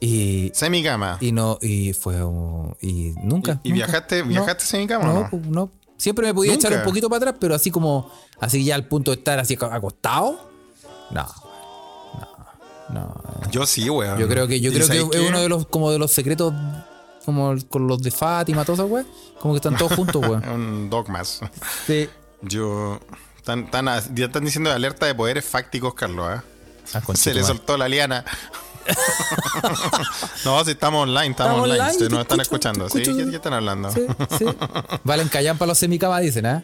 Speaker 2: Y,
Speaker 1: Semicama.
Speaker 2: y no, y fue un- y nunca.
Speaker 1: ¿Y
Speaker 2: nunca.
Speaker 1: viajaste,
Speaker 2: No,
Speaker 1: viajaste semicama o
Speaker 2: No,
Speaker 1: no?
Speaker 2: pues, no. Siempre me podía
Speaker 1: Nunca.
Speaker 2: echar un poquito para atrás, pero así como, así ya al punto de estar así acostado. No, no, no.
Speaker 1: Yo sí, weón.
Speaker 2: Yo creo que, yo
Speaker 1: ¿Y
Speaker 2: creo que
Speaker 1: sabes
Speaker 2: es
Speaker 1: qué?
Speaker 2: uno de los, como de los secretos, como el- con los de Fátima, todas esas weas. Como que están todos juntos, weón.
Speaker 1: Es un dogmas.
Speaker 2: Sí.
Speaker 1: Yo. Están, están, ya están diciendo de alerta de poderes fácticos, Carlos. ¿ah?
Speaker 2: Ah, concha
Speaker 1: Se le
Speaker 2: tu madre.
Speaker 1: soltó la liana. no, si estamos online, estamos,
Speaker 2: Estamos
Speaker 1: online.
Speaker 2: online,
Speaker 1: Ustedes
Speaker 2: te
Speaker 1: nos están
Speaker 2: escucho,
Speaker 1: escuchando.
Speaker 2: te
Speaker 1: ¿Sí?
Speaker 2: escucho.
Speaker 1: ¿Qué, qué están hablando?
Speaker 2: Sí, sí. Valen callan para los semicamas, dicen, ¿ah?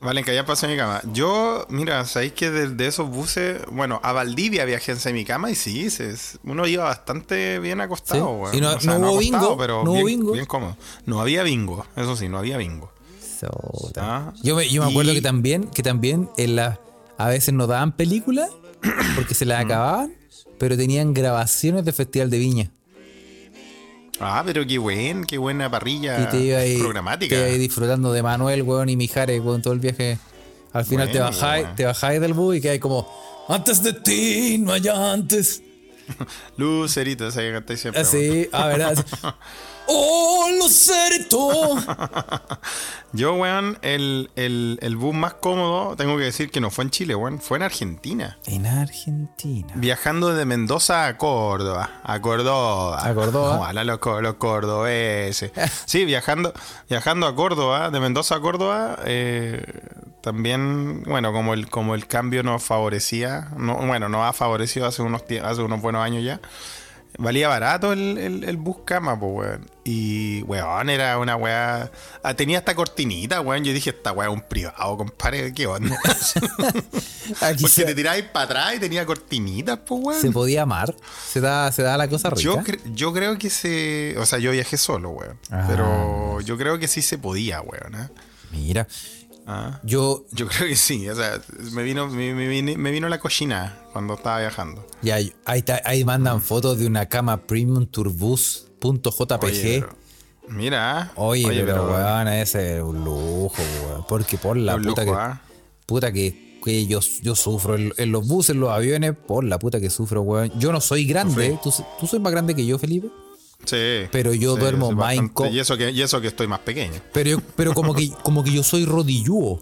Speaker 1: Vale, que ya pasó mi cama. Yo, mira, sabéis que de, de esos buses, bueno, a Valdivia viajé en semicama y sí, se- uno iba bastante bien acostado.
Speaker 2: Sí.
Speaker 1: weón.
Speaker 2: Y no- no hubo bingo,
Speaker 1: pero
Speaker 2: no hubo
Speaker 1: bien,
Speaker 2: bingo.
Speaker 1: bien cómodo. No había bingo, eso sí, no había bingo.
Speaker 2: Sota.
Speaker 1: Ah,
Speaker 2: yo me, yo me acuerdo
Speaker 1: y-
Speaker 2: que también, que también en la, a veces nos daban películas porque se
Speaker 1: Mm.
Speaker 2: las acababan, pero tenían grabaciones de Festival de Viña.
Speaker 1: Ah, pero qué buen, qué buena parrilla
Speaker 2: y te iba ahí,
Speaker 1: Ah, programática.
Speaker 2: te iba ahí disfrutando de Manuel, weón, y Mijares, weón, todo el viaje. Al final te
Speaker 1: Bueno,
Speaker 2: bajáis,
Speaker 1: weón.
Speaker 2: te bajáis del bus y quedáis como, antes de ti, no allá antes.
Speaker 1: Lucerito, esa que cantáis
Speaker 2: Ah,
Speaker 1: siempre. weón.
Speaker 2: Así, a ver, así. ¡Oh, lo cierto!
Speaker 1: Yo, weón, el, el, el bus más cómodo, tengo que decir que no fue en Chile, weón, fue en Argentina.
Speaker 2: En Argentina.
Speaker 1: Viajando de Mendoza a Córdoba. A Córdoba.
Speaker 2: A Córdoba.
Speaker 1: Ojalá los, co- los cordobeses. Sí, viajando, viajando a Córdoba, de Mendoza a Córdoba, eh, también, bueno, como el, como el cambio nos favorecía, no, bueno, nos ha favorecido hace unos, tie- hace unos buenos años ya. Valía barato el, el, el bus cama, pues, weón. Y, weón, era una weá. ah, Tenía esta cortinita, weón. Yo dije, esta weá es un privado, compadre. ¿Qué onda?
Speaker 2: Aquí
Speaker 1: Porque
Speaker 2: se,
Speaker 1: te tiráis para atrás y tenía cortinitas, pues, weón.
Speaker 2: se podía amar. Se da, se da la cosa rica.
Speaker 1: Yo, cre- yo creo que se. O sea, yo viajé solo, weón.
Speaker 2: Ah.
Speaker 1: Pero yo creo que sí se podía, weón. ¿eh?
Speaker 2: Mira,
Speaker 1: Ah,
Speaker 2: yo,
Speaker 1: Yo creo que sí. O sea, me vino, me, me vine- me vino la cochina cuando estaba viajando.
Speaker 2: ya, yo- ahí, está- ahí mandan fotos de una cama premium turbus.jpg.
Speaker 1: Oye, pero-
Speaker 2: Oye,
Speaker 1: mira.
Speaker 2: pero, weón, ese es un lujo, weón. Porque por la
Speaker 1: un
Speaker 2: puta
Speaker 1: lujo,
Speaker 2: que.
Speaker 1: ¿ah?
Speaker 2: Puta que, que yo, yo sufro en, en los buses, en los aviones, por la puta que sufro, weón. Yo no soy grande,
Speaker 1: Sufrí.
Speaker 2: tú, tú soy más grande que yo, Felipe.
Speaker 1: Sí.
Speaker 2: Pero yo
Speaker 1: sí,
Speaker 2: duermo
Speaker 1: sí,
Speaker 2: más
Speaker 1: bastante.
Speaker 2: incó-
Speaker 1: Y eso, que, y eso que estoy más pequeño.
Speaker 2: Pero, yo- pero como, que, como que yo soy rodilludo.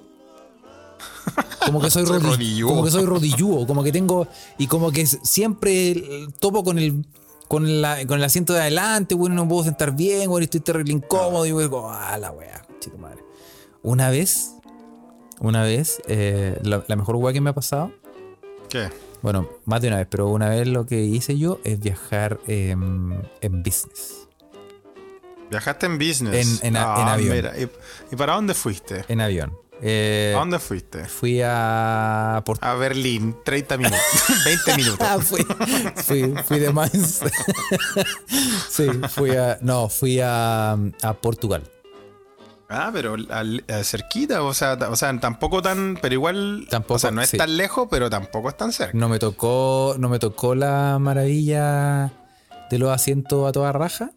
Speaker 2: Como que soy,
Speaker 1: Soy
Speaker 2: rodi-
Speaker 1: rodilludo.
Speaker 2: Como que soy rodilludo. Como que tengo. Y como que s- siempre el- topo con el. Con, la, con el asiento de adelante, bueno, no puedo sentar bien, bueno, estoy terrible incómodo. Y yo digo, ah, la weá, chico madre. Una vez, una vez, eh, la, la mejor weá que me ha pasado,
Speaker 1: ¿Qué?
Speaker 2: bueno, más de una vez, pero una vez lo que hice yo es viajar em, en business.
Speaker 1: Viajaste en business. Ah,
Speaker 2: En- en a- en avión.
Speaker 1: ¿Y, y para dónde fuiste?
Speaker 2: En avión. Eh,
Speaker 1: ¿A dónde fuiste?
Speaker 2: Fui a Portugal.
Speaker 1: A Berlín, 30 minutos. 20 minutos.
Speaker 2: Ah, fui, fui, fui de Mainz. sí, fui a. No, fui a, a Portugal.
Speaker 1: Ah, pero al- eh, cerquita, o sea, ta- o sea, tampoco tan, pero igual,
Speaker 2: Tampoco,
Speaker 1: o sea, no es
Speaker 2: sí.
Speaker 1: tan lejos, pero tampoco es tan cerca.
Speaker 2: No me tocó, no me tocó la maravilla de los asientos a toda raja.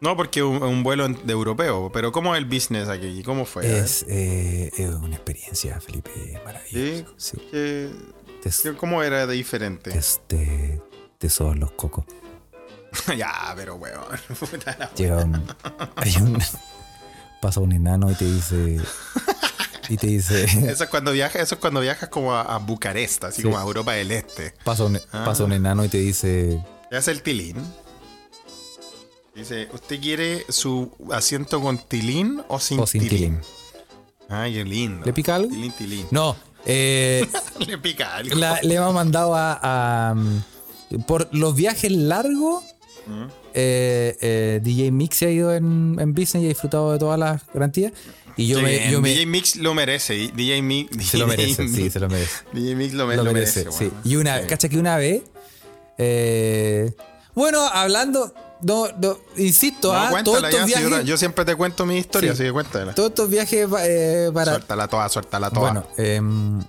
Speaker 1: No, porque un, un vuelo en- de europeo, pero ¿cómo es el business aquí? ¿Cómo fue? A ver.
Speaker 2: Es, eh, es una experiencia, Felipe, maravillosa. Sí.
Speaker 1: ¿Qué-
Speaker 2: Te,
Speaker 1: qué- ¿Cómo era de diferente?
Speaker 2: te, te- te soban los cocos.
Speaker 1: ya, pero weón. puta la-
Speaker 2: Llega un- hay un- pasa un enano y te dice y te dice,
Speaker 1: Eso es cuando viajas, eso es cuando viajas como a, a Bucarest, así
Speaker 2: Sí.
Speaker 1: como a Europa del Este.
Speaker 2: pasa un, pasa un enano y te dice,
Speaker 1: Le hace el tilín. Dice, ¿usted quiere su asiento con tilín o sin,
Speaker 2: o sin tilín.
Speaker 1: Ay, qué lindo.
Speaker 2: ¿Le pica algo?
Speaker 1: Tilín, tilín.
Speaker 2: No, eh,
Speaker 1: Le pica algo.
Speaker 2: la- le hemos mandado a, a, mm, Por los viajes largos,
Speaker 1: Mm.
Speaker 2: eh, eh, DJ Mix se ha ido en, en business y ha disfrutado de todas las garantías. Y yo
Speaker 1: Sí,
Speaker 2: me. Yo me-
Speaker 1: DJ Mix lo merece. y DJ Mix.
Speaker 2: se lo merece,
Speaker 1: DJ
Speaker 2: sí, se lo merece.
Speaker 1: DJ Mix lo, me-
Speaker 2: lo
Speaker 1: lo
Speaker 2: merece,
Speaker 1: merece.
Speaker 2: sí.
Speaker 1: bueno.
Speaker 2: Y una,
Speaker 1: Sí.
Speaker 2: cacha que una vez. eh, bueno, hablando. No, no, insisto,
Speaker 1: No,
Speaker 2: ah,
Speaker 1: cuéntala
Speaker 2: todos estos
Speaker 1: ya,
Speaker 2: viajes.
Speaker 1: señora, Yo siempre te cuento mi historia,
Speaker 2: Sí.
Speaker 1: así que cuéntala.
Speaker 2: Todos estos viajes eh, para,
Speaker 1: Suéltala toda, suéltala toda.
Speaker 2: Bueno, em,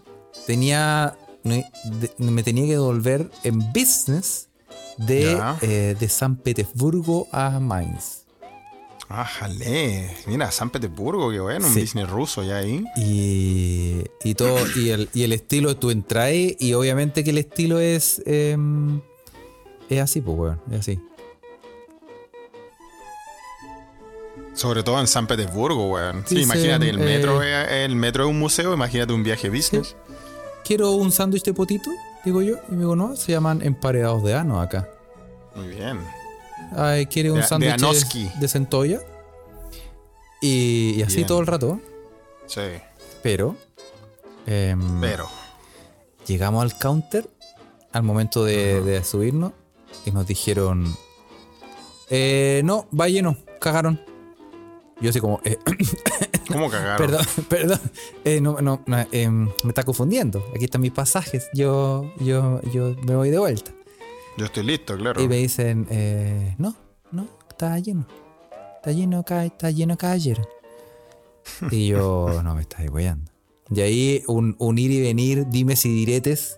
Speaker 2: tenía. Me, de- me tenía que volver en business de,
Speaker 1: Ya.
Speaker 2: eh, de San Petersburgo a Mainz.
Speaker 1: Ah, jale. Mira, San Petersburgo, qué bueno. Un
Speaker 2: Sí.
Speaker 1: Disney ruso ya ahí.
Speaker 2: Y, y todo. y, el, y el estilo, tú entras y obviamente que el estilo es. em, es así, pues, weón. Es así.
Speaker 1: Sobre todo en San Petersburgo, weón. Sí,
Speaker 2: Dicen,
Speaker 1: imagínate, el
Speaker 2: eh,
Speaker 1: metro, es- el metro es un museo, imagínate un viaje business.
Speaker 2: Quiero un sándwich de potito, digo yo. Y me digo, no, se llaman emparedados de ano acá.
Speaker 1: Muy bien.
Speaker 2: Ay, quiere un
Speaker 1: De- de
Speaker 2: sándwich de,
Speaker 1: Anoski.
Speaker 2: de centolla. Y, y así
Speaker 1: Bien.
Speaker 2: todo el rato.
Speaker 1: Sí.
Speaker 2: Pero. em,
Speaker 1: Pero.
Speaker 2: Llegamos al counter al momento de, de subirnos y nos dijeron: eh, No, va lleno, cagaron. Yo, así como, eh,
Speaker 1: ¿Cómo cagaron?
Speaker 2: perdón, perdón, eh, no, no, no, em, me está confundiendo. Aquí están mis pasajes, yo, yo, yo me voy de vuelta.
Speaker 1: Yo estoy listo, claro.
Speaker 2: Y me dicen: eh, No, no, está lleno, está lleno, ca- está lleno caballero. Y yo, no me estás apoyando. Y ahí un, un ir y venir, dimes y diretes.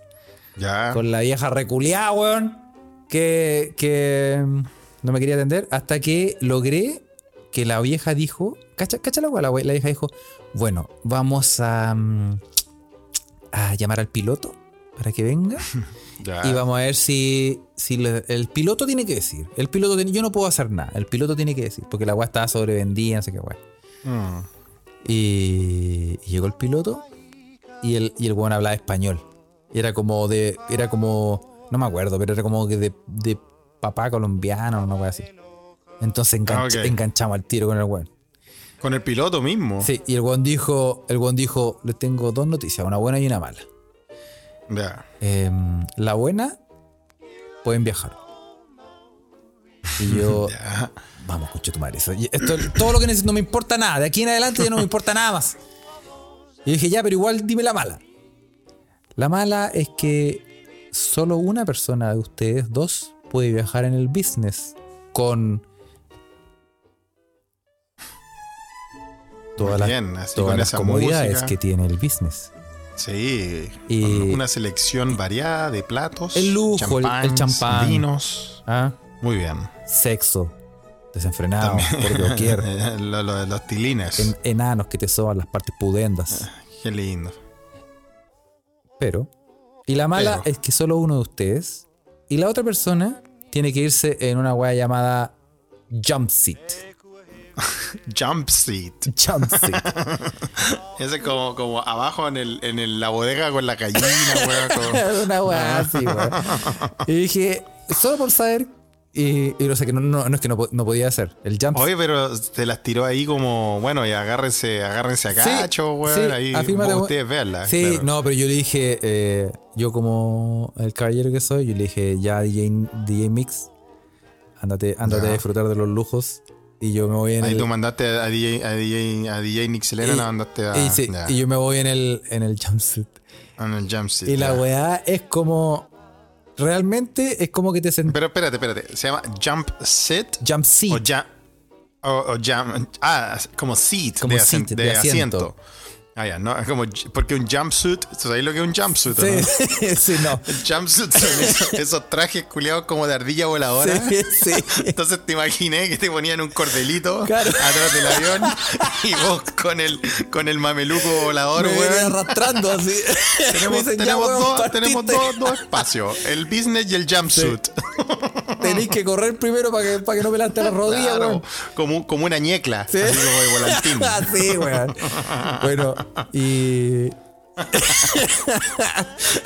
Speaker 1: Ya.
Speaker 2: con la vieja reculeada, weón, que, que mm, no me quería atender, hasta que logré que la vieja dijo, cacha, cacha la weá, la, we- la vieja dijo, bueno, vamos a, mm, a llamar al piloto para que venga
Speaker 1: ya.
Speaker 2: y vamos a ver si, si le- el piloto tiene que decir, el piloto tiene- yo no puedo hacer nada, el piloto tiene que decir, porque la weá estaba sobrevendida, no sé qué weá.
Speaker 1: Mm.
Speaker 2: Y, y llegó el piloto y el, y el weón hablaba español. Y era como de. Era como. No me acuerdo, pero era como que de, de papá colombiano o una cosa así. Entonces enganch-
Speaker 1: Ah, ok. Oh.
Speaker 2: enganchamos al tiro con el weón.
Speaker 1: Con el piloto mismo.
Speaker 2: Sí, y el weón dijo. El weón dijo: Les tengo dos noticias, una buena y una mala.
Speaker 1: Ya.
Speaker 2: Em, la buena, pueden viajar. Y yo.
Speaker 1: Ya.
Speaker 2: Vamos, escucha tu madre. eso- y esto- todo lo que necesito, no me importa nada. De aquí en adelante ya no me importa nada más. Y dije, ya, pero igual dime la mala. La mala es que solo una persona de ustedes dos puede viajar en el business con.
Speaker 1: Muy
Speaker 2: Todas las,
Speaker 1: bien, así
Speaker 2: todas
Speaker 1: con
Speaker 2: las
Speaker 1: esa
Speaker 2: comodidades
Speaker 1: música.
Speaker 2: que tiene el business.
Speaker 1: Sí.
Speaker 2: Y-
Speaker 1: Con una selección variada de platos.
Speaker 2: El lujo, el- el
Speaker 1: champáns,
Speaker 2: champán.
Speaker 1: Vinos.
Speaker 2: ¿Ah?
Speaker 1: Muy bien.
Speaker 2: Sexo desenfrenado, por doquier.
Speaker 1: Eh, Lo, lo de los tilines.
Speaker 2: en- enanos que te soban las partes pudendas.
Speaker 1: Qué lindo.
Speaker 2: Pero. Y la mala
Speaker 1: Pero.
Speaker 2: es que solo uno de ustedes. Y la otra persona tiene que irse en una weá llamada Jump Seat.
Speaker 1: Jump seat.
Speaker 2: Jump Seat.
Speaker 1: Ese es como, como abajo en, el, en el- la bodega con la gallina, weón. con-
Speaker 2: una
Speaker 1: Ah.
Speaker 2: weá así, weá. Y dije, solo por saber. Y, y lo sé que no, no, no es que no, po- no podía hacer. El Jump
Speaker 1: Oye, pero te las tiró ahí como, bueno, y agárrense, agárrense a
Speaker 2: Sí,
Speaker 1: cacho, weón.
Speaker 2: sí,
Speaker 1: ahí vos
Speaker 2: afírmate, weón.
Speaker 1: ustedes veanla.
Speaker 2: Sí, no, pero yo le dije, eh, yo como el caballero que soy, yo le dije, ya DJ, DJ Mix, ándate, ándate
Speaker 1: Ya.
Speaker 2: a disfrutar de los lujos. Y yo me voy en
Speaker 1: Ahí
Speaker 2: el.
Speaker 1: tú mandaste a DJ, a DJ, a DJ Nixelera,
Speaker 2: Y-
Speaker 1: la mandaste a,
Speaker 2: y, sí,
Speaker 1: ya,
Speaker 2: y yo me voy en el, en el jumpsuit.
Speaker 1: en el jump seat.
Speaker 2: Y la
Speaker 1: ya.
Speaker 2: weá es como. Realmente es como que te sentís.
Speaker 1: Pero espérate, espérate. ¿Se llama jump set
Speaker 2: Jump
Speaker 1: o
Speaker 2: seat.
Speaker 1: jump? O, o jump, ah, como seat,
Speaker 2: Como
Speaker 1: de,
Speaker 2: seat,
Speaker 1: asiento,
Speaker 2: de
Speaker 1: de,
Speaker 2: asiento.
Speaker 1: asiento. Ah, ya, no, es como, porque un jumpsuit, ¿tú ¿sabes lo que es un jumpsuit? o no?
Speaker 2: Sí, sí, no.
Speaker 1: Jumpsuits son esos, esos trajes culiados como de ardilla voladora.
Speaker 2: Sí, sí.
Speaker 1: Entonces te imaginé que te ponían un cordelito
Speaker 2: Claro.
Speaker 1: atrás del avión y vos con el con el mameluco volador,
Speaker 2: Me venía
Speaker 1: weón.
Speaker 2: arrastrando así. Me
Speaker 1: Tenemos,
Speaker 2: dicen, ya,
Speaker 1: tenemos
Speaker 2: weón,
Speaker 1: dos,
Speaker 2: partiste.
Speaker 1: tenemos dos, dos espacios, el business y el jumpsuit.
Speaker 2: Tenés que correr primero para que, para que no pelaste la rodilla,
Speaker 1: Claro,
Speaker 2: weón.
Speaker 1: como, como una ñecla,
Speaker 2: Sí.
Speaker 1: así como de volantín.
Speaker 2: Ah, sí, weón. Bueno, Y,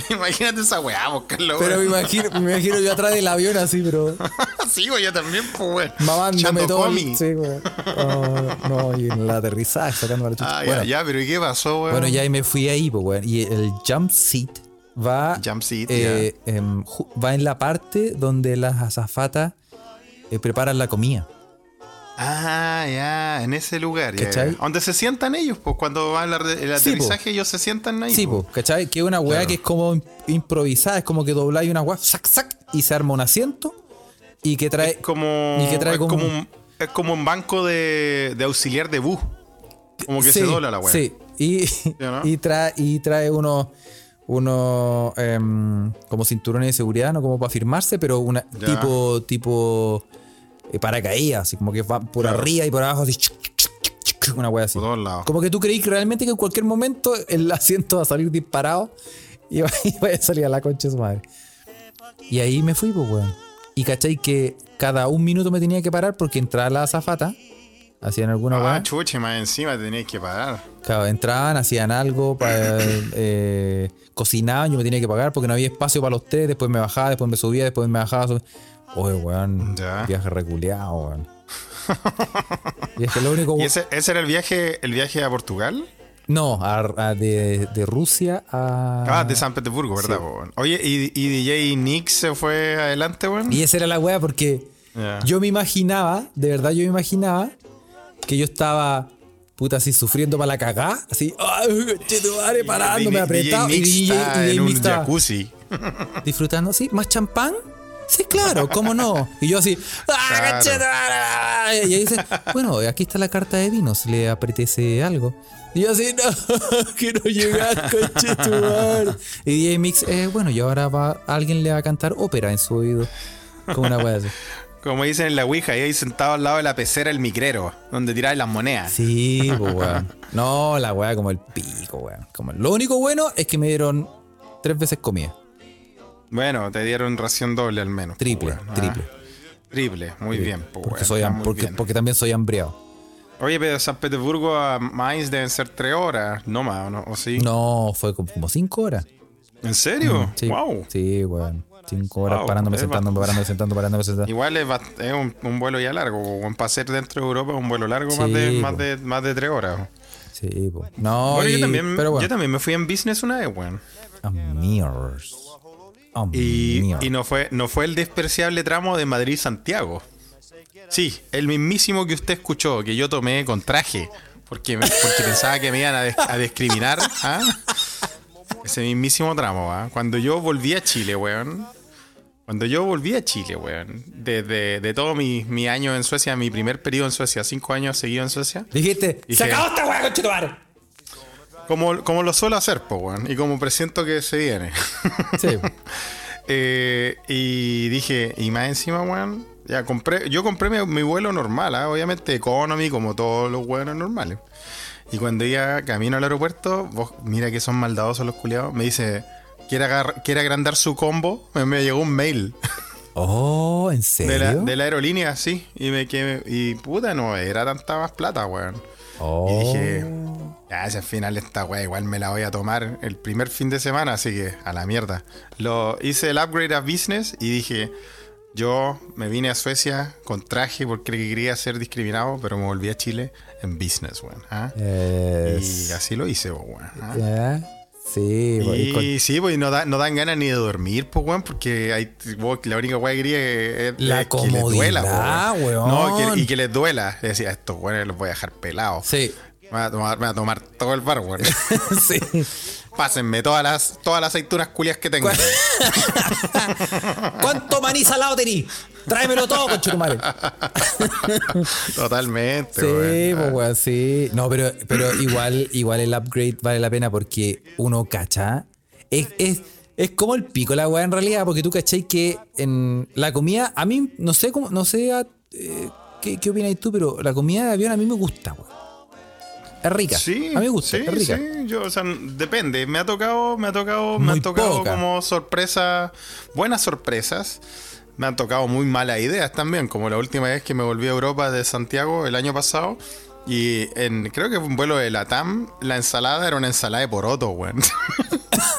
Speaker 1: Imagínate esa weá, bo, Carlos.
Speaker 2: pero me
Speaker 1: weón.
Speaker 2: imagino, me imagino yo atrás del avión así, pero
Speaker 1: sí, güey, yo también, pues, güey.
Speaker 2: mamándome
Speaker 1: Echando
Speaker 2: todo. el-
Speaker 1: comi.
Speaker 2: sí, güey. Oh, no, y en el aterrizaje sacando la chucha.
Speaker 1: Ah,
Speaker 2: Bueno,
Speaker 1: ya, ya, pero ¿y qué pasó, güey?
Speaker 2: Bueno, ya ahí me fui ahí, po, weón. Y el jump seat va.
Speaker 1: Jump seat,
Speaker 2: eh, em, ju- va en la parte donde las azafatas eh, preparan la comida.
Speaker 1: Ah, ya, en ese lugar. Ya,
Speaker 2: ¿Cachai?
Speaker 1: ya. Donde se sientan ellos, pues cuando va el, arde- el
Speaker 2: Sí, po.
Speaker 1: aterrizaje, ellos se sientan ahí.
Speaker 2: Sí,
Speaker 1: po.
Speaker 2: po, ¿cachai? Que es una weá
Speaker 1: Claro.
Speaker 2: que es como im- improvisada, es como que dobláis una weá, sac, sac, y se arma un asiento y que
Speaker 1: Eh,
Speaker 2: trae.
Speaker 1: Como,
Speaker 2: Y que trae
Speaker 1: es
Speaker 2: como-
Speaker 1: como, un, es como un banco de, de auxiliar de bus. Como que
Speaker 2: Sí,
Speaker 1: se dobla la weá.
Speaker 2: Sí, y,
Speaker 1: o no?
Speaker 2: y trae, y trae unos. Unos em, como cinturones de seguridad, no como para firmarse, pero una
Speaker 1: Ya.
Speaker 2: tipo tipo eh, paracaídas, así como que va por
Speaker 1: Claro.
Speaker 2: arriba y por abajo, así, chuc, chuc, chuc, chuc, chuc, una wea así.
Speaker 1: Por todos lados.
Speaker 2: Como que tú creí que realmente que en cualquier momento el asiento va a salir disparado y va, y vaya a salir a la concha de su madre. Y ahí me fui, pues, weón. Y cachai que cada un minuto me tenía que parar porque entraba la azafata, hacían alguna
Speaker 1: Ah,
Speaker 2: weá.
Speaker 1: chuche, más encima tenéis que parar.
Speaker 2: Claro, entraban, hacían algo, pa- eh, cocinaban, yo me tenía que pagar porque no había espacio para los tres, después me bajaba, después me subía, después me bajaba. sub- Oye, weón,
Speaker 1: Ya.
Speaker 2: viaje reculeado, weón. y es que lo único...
Speaker 1: ¿Y ese, ese era el viaje, el viaje a Portugal?
Speaker 2: No, a- a de, de Rusia a...
Speaker 1: Ah, de San Petersburgo, ¿verdad?
Speaker 2: sí.
Speaker 1: po, weón? Oye, ¿y, y DJ Nick se fue adelante, weón?
Speaker 2: Y esa era la weá porque
Speaker 1: Ya.
Speaker 2: yo me imaginaba, de verdad yo me imaginaba que yo estaba puta así sufriendo para la cagá, así, ay, conchetumare", parándome
Speaker 1: DJ
Speaker 2: apretado y
Speaker 1: Nick
Speaker 2: DJ,
Speaker 1: está
Speaker 2: y DJ
Speaker 1: en
Speaker 2: Nick
Speaker 1: un
Speaker 2: estaba
Speaker 1: jacuzzi.
Speaker 2: disfrutando, sí, más champán. Sí, claro, ¿cómo no? Y yo así, ¡ah,
Speaker 1: Claro.
Speaker 2: conchetumare". Y ahí dice, bueno, aquí está la carta de vinos, le apetece algo. Y yo así, no, quiero llegar, conchetumare. Y DJ Mix, eh, bueno, y ahora va, alguien le va a cantar ópera en su oído. Como una wea así.
Speaker 1: Como dicen en la Ouija, y ahí sentado al lado de la pecera el micrero, donde tiráis las monedas.
Speaker 2: Sí, pues, weón. No, la weá como el pico, weón. Como... Lo único bueno es que me dieron tres veces comida.
Speaker 1: Bueno, te dieron ración doble al menos. pues,
Speaker 2: Triple,
Speaker 1: weón, ah.
Speaker 2: triple.
Speaker 1: Triple, muy bien. pues,
Speaker 2: Porque,
Speaker 1: weón,
Speaker 2: soy
Speaker 1: está
Speaker 2: ham-
Speaker 1: muy
Speaker 2: porque-
Speaker 1: bien.
Speaker 2: porque también soy hambriado.
Speaker 1: Oye, pero San Petersburgo a Mainz deben ser tres horas, no más, ¿o no? ¿O sí?
Speaker 2: No, fue como, como cinco horas.
Speaker 1: ¿En serio?
Speaker 2: Sí,
Speaker 1: ¡Wow!
Speaker 2: Sí, weón. Cinco horas
Speaker 1: Wow,
Speaker 2: parándome,
Speaker 1: es
Speaker 2: sentándome, parándome, sentándome, parándome, sentándome.
Speaker 1: Igual es, bast- es un, un vuelo ya largo, o un paseo dentro de Europa, es un vuelo largo, más,
Speaker 2: Sí,
Speaker 1: de, más,
Speaker 2: po.
Speaker 1: de, más de tres horas.
Speaker 2: Sí, po. No,
Speaker 1: Bueno, yo,
Speaker 2: y-
Speaker 1: también,
Speaker 2: pero
Speaker 1: yo
Speaker 2: bueno.
Speaker 1: también me fui en business una vez, weón.
Speaker 2: Amirs.
Speaker 1: Y,
Speaker 2: Amirs.
Speaker 1: y no, fue, no fue el despreciable tramo de Madrid-Santiago. Sí, el mismísimo que usted escuchó, que yo tomé con traje, porque, me- porque pensaba que me iban a, des- a discriminar. ¿ah? Ese mismísimo tramo, ¿ah? Cuando yo volví a Chile, weón. Cuando yo volví a Chile, weón. Desde de todo mi, mi año en Suecia, mi primer periodo en Suecia, cinco años seguido en Suecia.
Speaker 2: Dijiste,
Speaker 1: Dije-
Speaker 2: se acabó esta weá, conchetumare.
Speaker 1: Como, como lo suelo hacer, po, weón. Y como presiento que se viene.
Speaker 2: Sí,
Speaker 1: Eh, y dije, y más encima, weón, ya compré, yo compré mi, mi vuelo normal, ah, obviamente economy, como todos los vuelos normales. Y cuando iba camino al aeropuerto, vos, mira que son maldadosos los culiados, me dice, ¿quiere, agar- quiere agrandar su combo? Me, me llegó un mail
Speaker 2: Oh, ¿en serio?
Speaker 1: de la, de la aerolínea, sí, y me que, y puta, no, era tanta más plata, weón.
Speaker 2: Oh.
Speaker 1: Y dije, ya, si al final esta weá igual me la voy a tomar el primer fin de semana, así que a la mierda. Lo hice el upgrade a business y dije, yo me vine a Suecia con traje porque quería ser discriminado, pero me volví a Chile en business, weón. ¿ah?
Speaker 2: Es-
Speaker 1: Y así lo hice, po, weón. ¿ah?
Speaker 2: Ya. Sí, po, y con-
Speaker 1: Y sí, pues y no, da- no dan ganas ni de dormir, pues, weón, porque hay, vos, la única weá que quería es, es
Speaker 2: La
Speaker 1: que les duela, po,
Speaker 2: comodidad,
Speaker 1: No,
Speaker 2: weón.
Speaker 1: que- y que les duela. Y Decía, estos weones los voy a dejar pelados.
Speaker 2: Sí,
Speaker 1: Me va a tomar, me va a tomar todo el bar, weón.
Speaker 2: sí.
Speaker 1: Pásenme todas las, todas las aceitunas culias que tengo.
Speaker 2: ¿Cuánto maní salado tení? Tráemelo todo, conchetumare.
Speaker 1: Totalmente,
Speaker 2: Sí,
Speaker 1: weón.
Speaker 2: pues weón, sí. No, pero, pero igual, igual el upgrade vale la pena porque uno cacha. Es, es, es como el pico la weá en realidad, porque tú cacháis que en la comida, a mí, no sé cómo, no sé a- eh, qué, qué opináis tú, pero la comida de avión a mí me gusta, weón. Es rica.
Speaker 1: Ah, Sí,
Speaker 2: a mí me gusta,
Speaker 1: sí,
Speaker 2: es rica.
Speaker 1: sí, yo, o sea, depende. Me ha tocado, me ha tocado, me
Speaker 2: Muy
Speaker 1: han tocado
Speaker 2: poca.
Speaker 1: como sorpresas, buenas sorpresas. Me han tocado muy malas ideas también, como la última vez que me volví a Europa de Santiago el año pasado. Y en, creo que fue un vuelo de Latam, la ensalada era una ensalada de poroto, weón.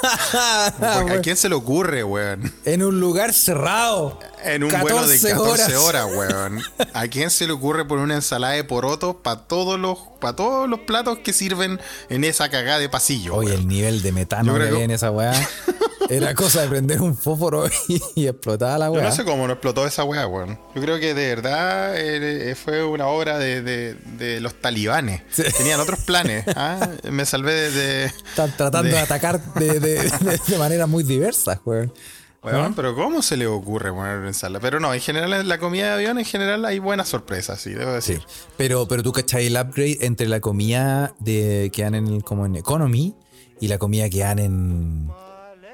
Speaker 1: ¿A quién se le ocurre, weón?
Speaker 2: En un lugar cerrado.
Speaker 1: En un vuelo de 14 horas, weón. ¿A quién se le ocurre poner una ensalada de porotos para todos los para todos los platos que sirven en esa cagada de pasillo?
Speaker 2: Oye,
Speaker 1: pues, weón?
Speaker 2: el nivel de metano
Speaker 1: Yo
Speaker 2: que
Speaker 1: creo
Speaker 2: había
Speaker 1: que-
Speaker 2: en esa weá. Era cosa de prender un fósforo y, y explotar la
Speaker 1: Yo
Speaker 2: weá.
Speaker 1: no sé cómo no explotó esa weá, weón. Yo creo que de verdad eh, eh, fue una obra de, de- de los talibanes. Tenían otros planes. ¿ah? Me salvé de. de-
Speaker 2: Están tratando de,
Speaker 1: de-
Speaker 2: atacar de, de, de- de maneras muy diversas, weón.
Speaker 1: Weón, pero ¿cómo se le ocurre poner ensalada? Pero no, en general, en la comida de avión, en general hay buenas sorpresas, sí, debo decir.
Speaker 2: Pero, pero tú cachai el upgrade entre la comida de, que dan en, el- como en Economy y la comida que dan en,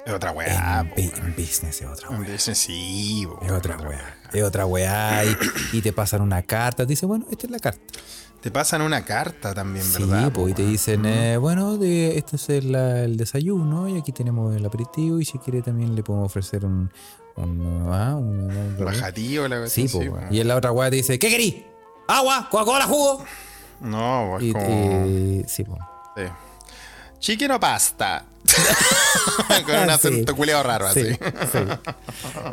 Speaker 1: Es otra
Speaker 2: en
Speaker 1: weá,
Speaker 2: bu- en Business, es otra weá.
Speaker 1: weón. Dicen, Sí,
Speaker 2: Es
Speaker 1: weón.
Speaker 2: otra weá. Es otra weá. Y, y te pasan una carta. Te dicen, bueno, esta es la carta.
Speaker 1: Te pasan una carta también,
Speaker 2: Sí,
Speaker 1: ¿verdad?
Speaker 2: po, y te
Speaker 1: weón?
Speaker 2: dicen, eh, bueno, de- este es el, la- el desayuno. Y aquí tenemos el aperitivo. Y si quiere, también le podemos ofrecer un. un, ah, un- un-
Speaker 1: Bajatío, la
Speaker 2: Sí, po,
Speaker 1: cuestión,
Speaker 2: weón.
Speaker 1: weón.
Speaker 2: Y en la otra weá te dice, ¿qué querí? ¿Agua? ¿Coca-Cola? ¿Jugo?
Speaker 1: No, weón,
Speaker 2: Y, eh,
Speaker 1: como.
Speaker 2: y- sí, po.
Speaker 1: Sí. Chicken o pasta. Con un
Speaker 2: Sí.
Speaker 1: acento culeado raro
Speaker 2: Sí,
Speaker 1: así.
Speaker 2: sí.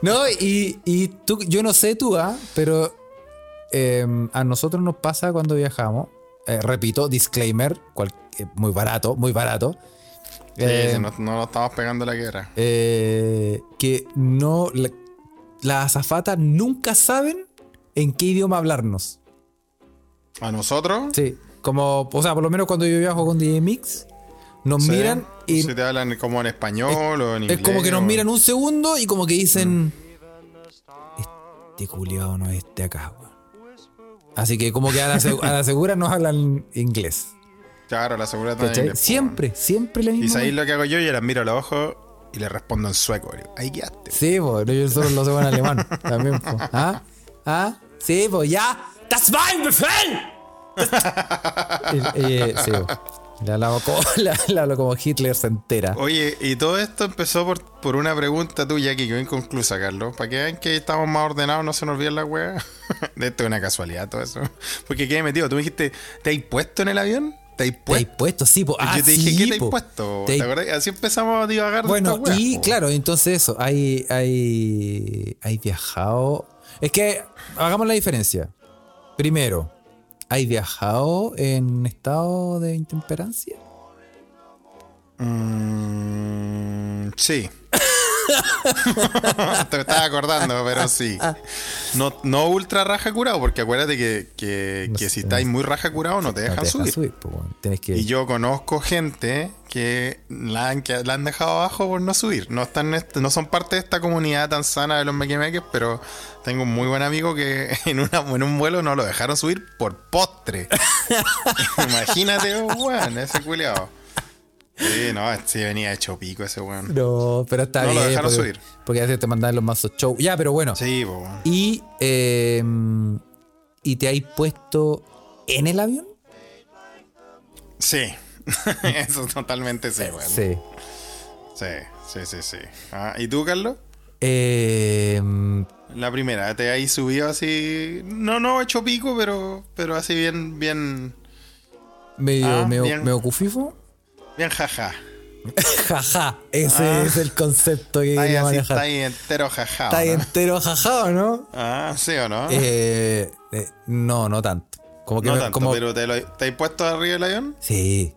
Speaker 2: No, y, y tú, yo no sé tú, ¿ah? pero eh, a nosotros nos pasa cuando viajamos. eh, repito, disclaimer, cual- eh, muy barato, muy barato.
Speaker 1: Sí,
Speaker 2: Eh,
Speaker 1: sí, no, no nos estamos pegando la guerra.
Speaker 2: eh, que no. la- las azafatas nunca saben en qué idioma hablarnos.
Speaker 1: A nosotros,
Speaker 2: Sí. Como, o sea, por lo menos cuando yo viajo con DJ Mix, nos
Speaker 1: sí,
Speaker 2: miran y
Speaker 1: si te hablan como en español o en
Speaker 2: Es
Speaker 1: inglés. Mm.
Speaker 2: como que nos
Speaker 1: o-
Speaker 2: miran un segundo y como que dicen. Este culiado no es de acá, weón. Así que como que a la, seg- a la segura nos hablan inglés.
Speaker 1: Claro, la seguridad está en
Speaker 2: ¿Cachai?
Speaker 1: Ah, inglés, po,
Speaker 2: Siempre, siempre la
Speaker 1: weón. Y
Speaker 2: misma.
Speaker 1: sabéis
Speaker 2: weón.
Speaker 1: lo que hago yo, yo las miro a los ojos y le respondo en sueco. le digo, Ahí quedaste.
Speaker 2: Sí, pues, yo solo lo sé en alemán. También, po. ¿Ah? ¿Ah? Sí, pues, ya. ¡Das war ein Befehl! Eh, eh, sí, po. Le hablaba como, le hablo como Hitler se entera.
Speaker 1: Oye, y todo esto empezó por, por una pregunta tuya que quedó inconclusa, Carlos. Para que vean que estamos más ordenados, no se nos olviden la wea. De esto es una casualidad todo eso. Porque quedé metido. Tú me dijiste, ¿te has puesto en el avión? ¿Te has
Speaker 2: ¿Te has
Speaker 1: puesto?
Speaker 2: puesto? Sí, pues. Ah,
Speaker 1: yo te dije,
Speaker 2: sí,
Speaker 1: ¿qué te has
Speaker 2: po.
Speaker 1: puesto?
Speaker 2: Te
Speaker 1: ¿Te
Speaker 2: has
Speaker 1: acordás? Así empezamos a divagar. de
Speaker 2: Bueno,
Speaker 1: estas weas,
Speaker 2: y
Speaker 1: po.
Speaker 2: claro, entonces eso, hay, hay, hay viajado. Es que hagamos la diferencia. Primero, ¿hay viajado en estado de intemperancia?
Speaker 1: Mm, sí. Te estaba acordando, pero sí. No, no ultra raja curado, porque acuérdate que, que-
Speaker 2: No
Speaker 1: que
Speaker 2: sé,
Speaker 1: si
Speaker 2: no
Speaker 1: estáis
Speaker 2: sé.
Speaker 1: muy raja curado no te dejan subir.
Speaker 2: pues, bueno, tenés que.
Speaker 1: Y yo conozco gente que la han, que la han dejado abajo por no subir. No están en este- no son parte de esta comunidad tan sana de los mequemeques, pero tengo un muy buen amigo que en, una, en un vuelo no lo dejaron subir por postre. Imagínate, weón, ese culiao. Sí, no, sí venía hecho pico ese weón.
Speaker 2: No, pero está
Speaker 1: No lo
Speaker 2: bien.
Speaker 1: dejaron
Speaker 2: porque,
Speaker 1: subir.
Speaker 2: Porque a veces te mandan los mazos show. Ya, pero bueno.
Speaker 1: Sí, po, weón.
Speaker 2: Y, eh, ¿Y te hay puesto en el avión?
Speaker 1: Sí. Eso totalmente sí, weón. Sí,
Speaker 2: Sí.
Speaker 1: sí, sí, sí. Ah, ¿Y tú, Carlos?
Speaker 2: Eh,
Speaker 1: La primera, te ahí subido así. No, no, hecho pico, pero, pero así bien, bien,
Speaker 2: medio,
Speaker 1: Ah,
Speaker 2: medio,
Speaker 1: bien.
Speaker 2: medio cufifo.
Speaker 1: bien jaja.
Speaker 2: Jaja, ese
Speaker 1: Ah.
Speaker 2: es el concepto que
Speaker 1: Está ahí
Speaker 2: quería
Speaker 1: así,
Speaker 2: manejar.
Speaker 1: está ahí entero jaja.
Speaker 2: Eh, Está ahí
Speaker 1: ¿o no?
Speaker 2: entero jaja, ¿o no?
Speaker 1: Ah, sí o no.
Speaker 2: Eh, eh, no, no tanto. Como que
Speaker 1: no
Speaker 2: me-
Speaker 1: tanto,
Speaker 2: como-
Speaker 1: pero ¿te, lo, ¿te has puesto arriba del avión?
Speaker 2: Sí,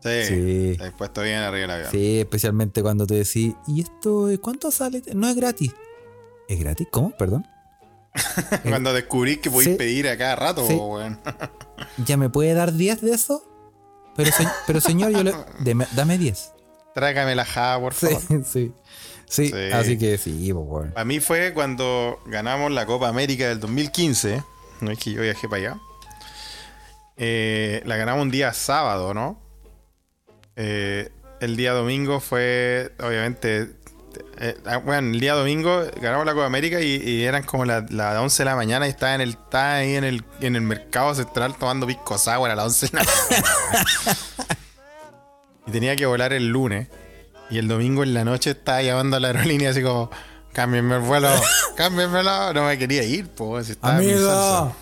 Speaker 1: Sí.
Speaker 2: Sí.
Speaker 1: Te has puesto bien arriba del avión.
Speaker 2: sí, especialmente cuando tú decís, ¿y esto eh, cuánto sale? No es gratis. ¿Es gratis? ¿Cómo? Perdón.
Speaker 1: Cuando descubrís que podéis
Speaker 2: eh, Sí.
Speaker 1: pedir a cada rato,
Speaker 2: Sí.
Speaker 1: weón.
Speaker 2: ¿Ya me puede dar 10 de eso? Pero, se- pero señor, yo le. deme- dame 10.
Speaker 1: Trágame la jaja, por
Speaker 2: Sí,
Speaker 1: favor.
Speaker 2: sí, sí.
Speaker 1: Sí.
Speaker 2: Así que sí, pues, bueno.
Speaker 1: Para mí fue cuando ganamos la Copa América del 2015. No es que yo viajé para allá. Eh, la ganamos un día sábado, ¿no? Eh, el día domingo fue, obviamente. eh, ah, bueno, el día domingo ganamos la Copa América y, y eran como las las 11 de la mañana y estaba, en el, estaba ahí en el, en el mercado central tomando pisco sour a las 11 de la mañana. y tenía que volar el lunes. Y el domingo en la noche estaba llamando a la aerolínea así como, cámbienme el vuelo, cámbienmelo. No me quería ir, po, si estaba en mi salsa.
Speaker 2: Amigo,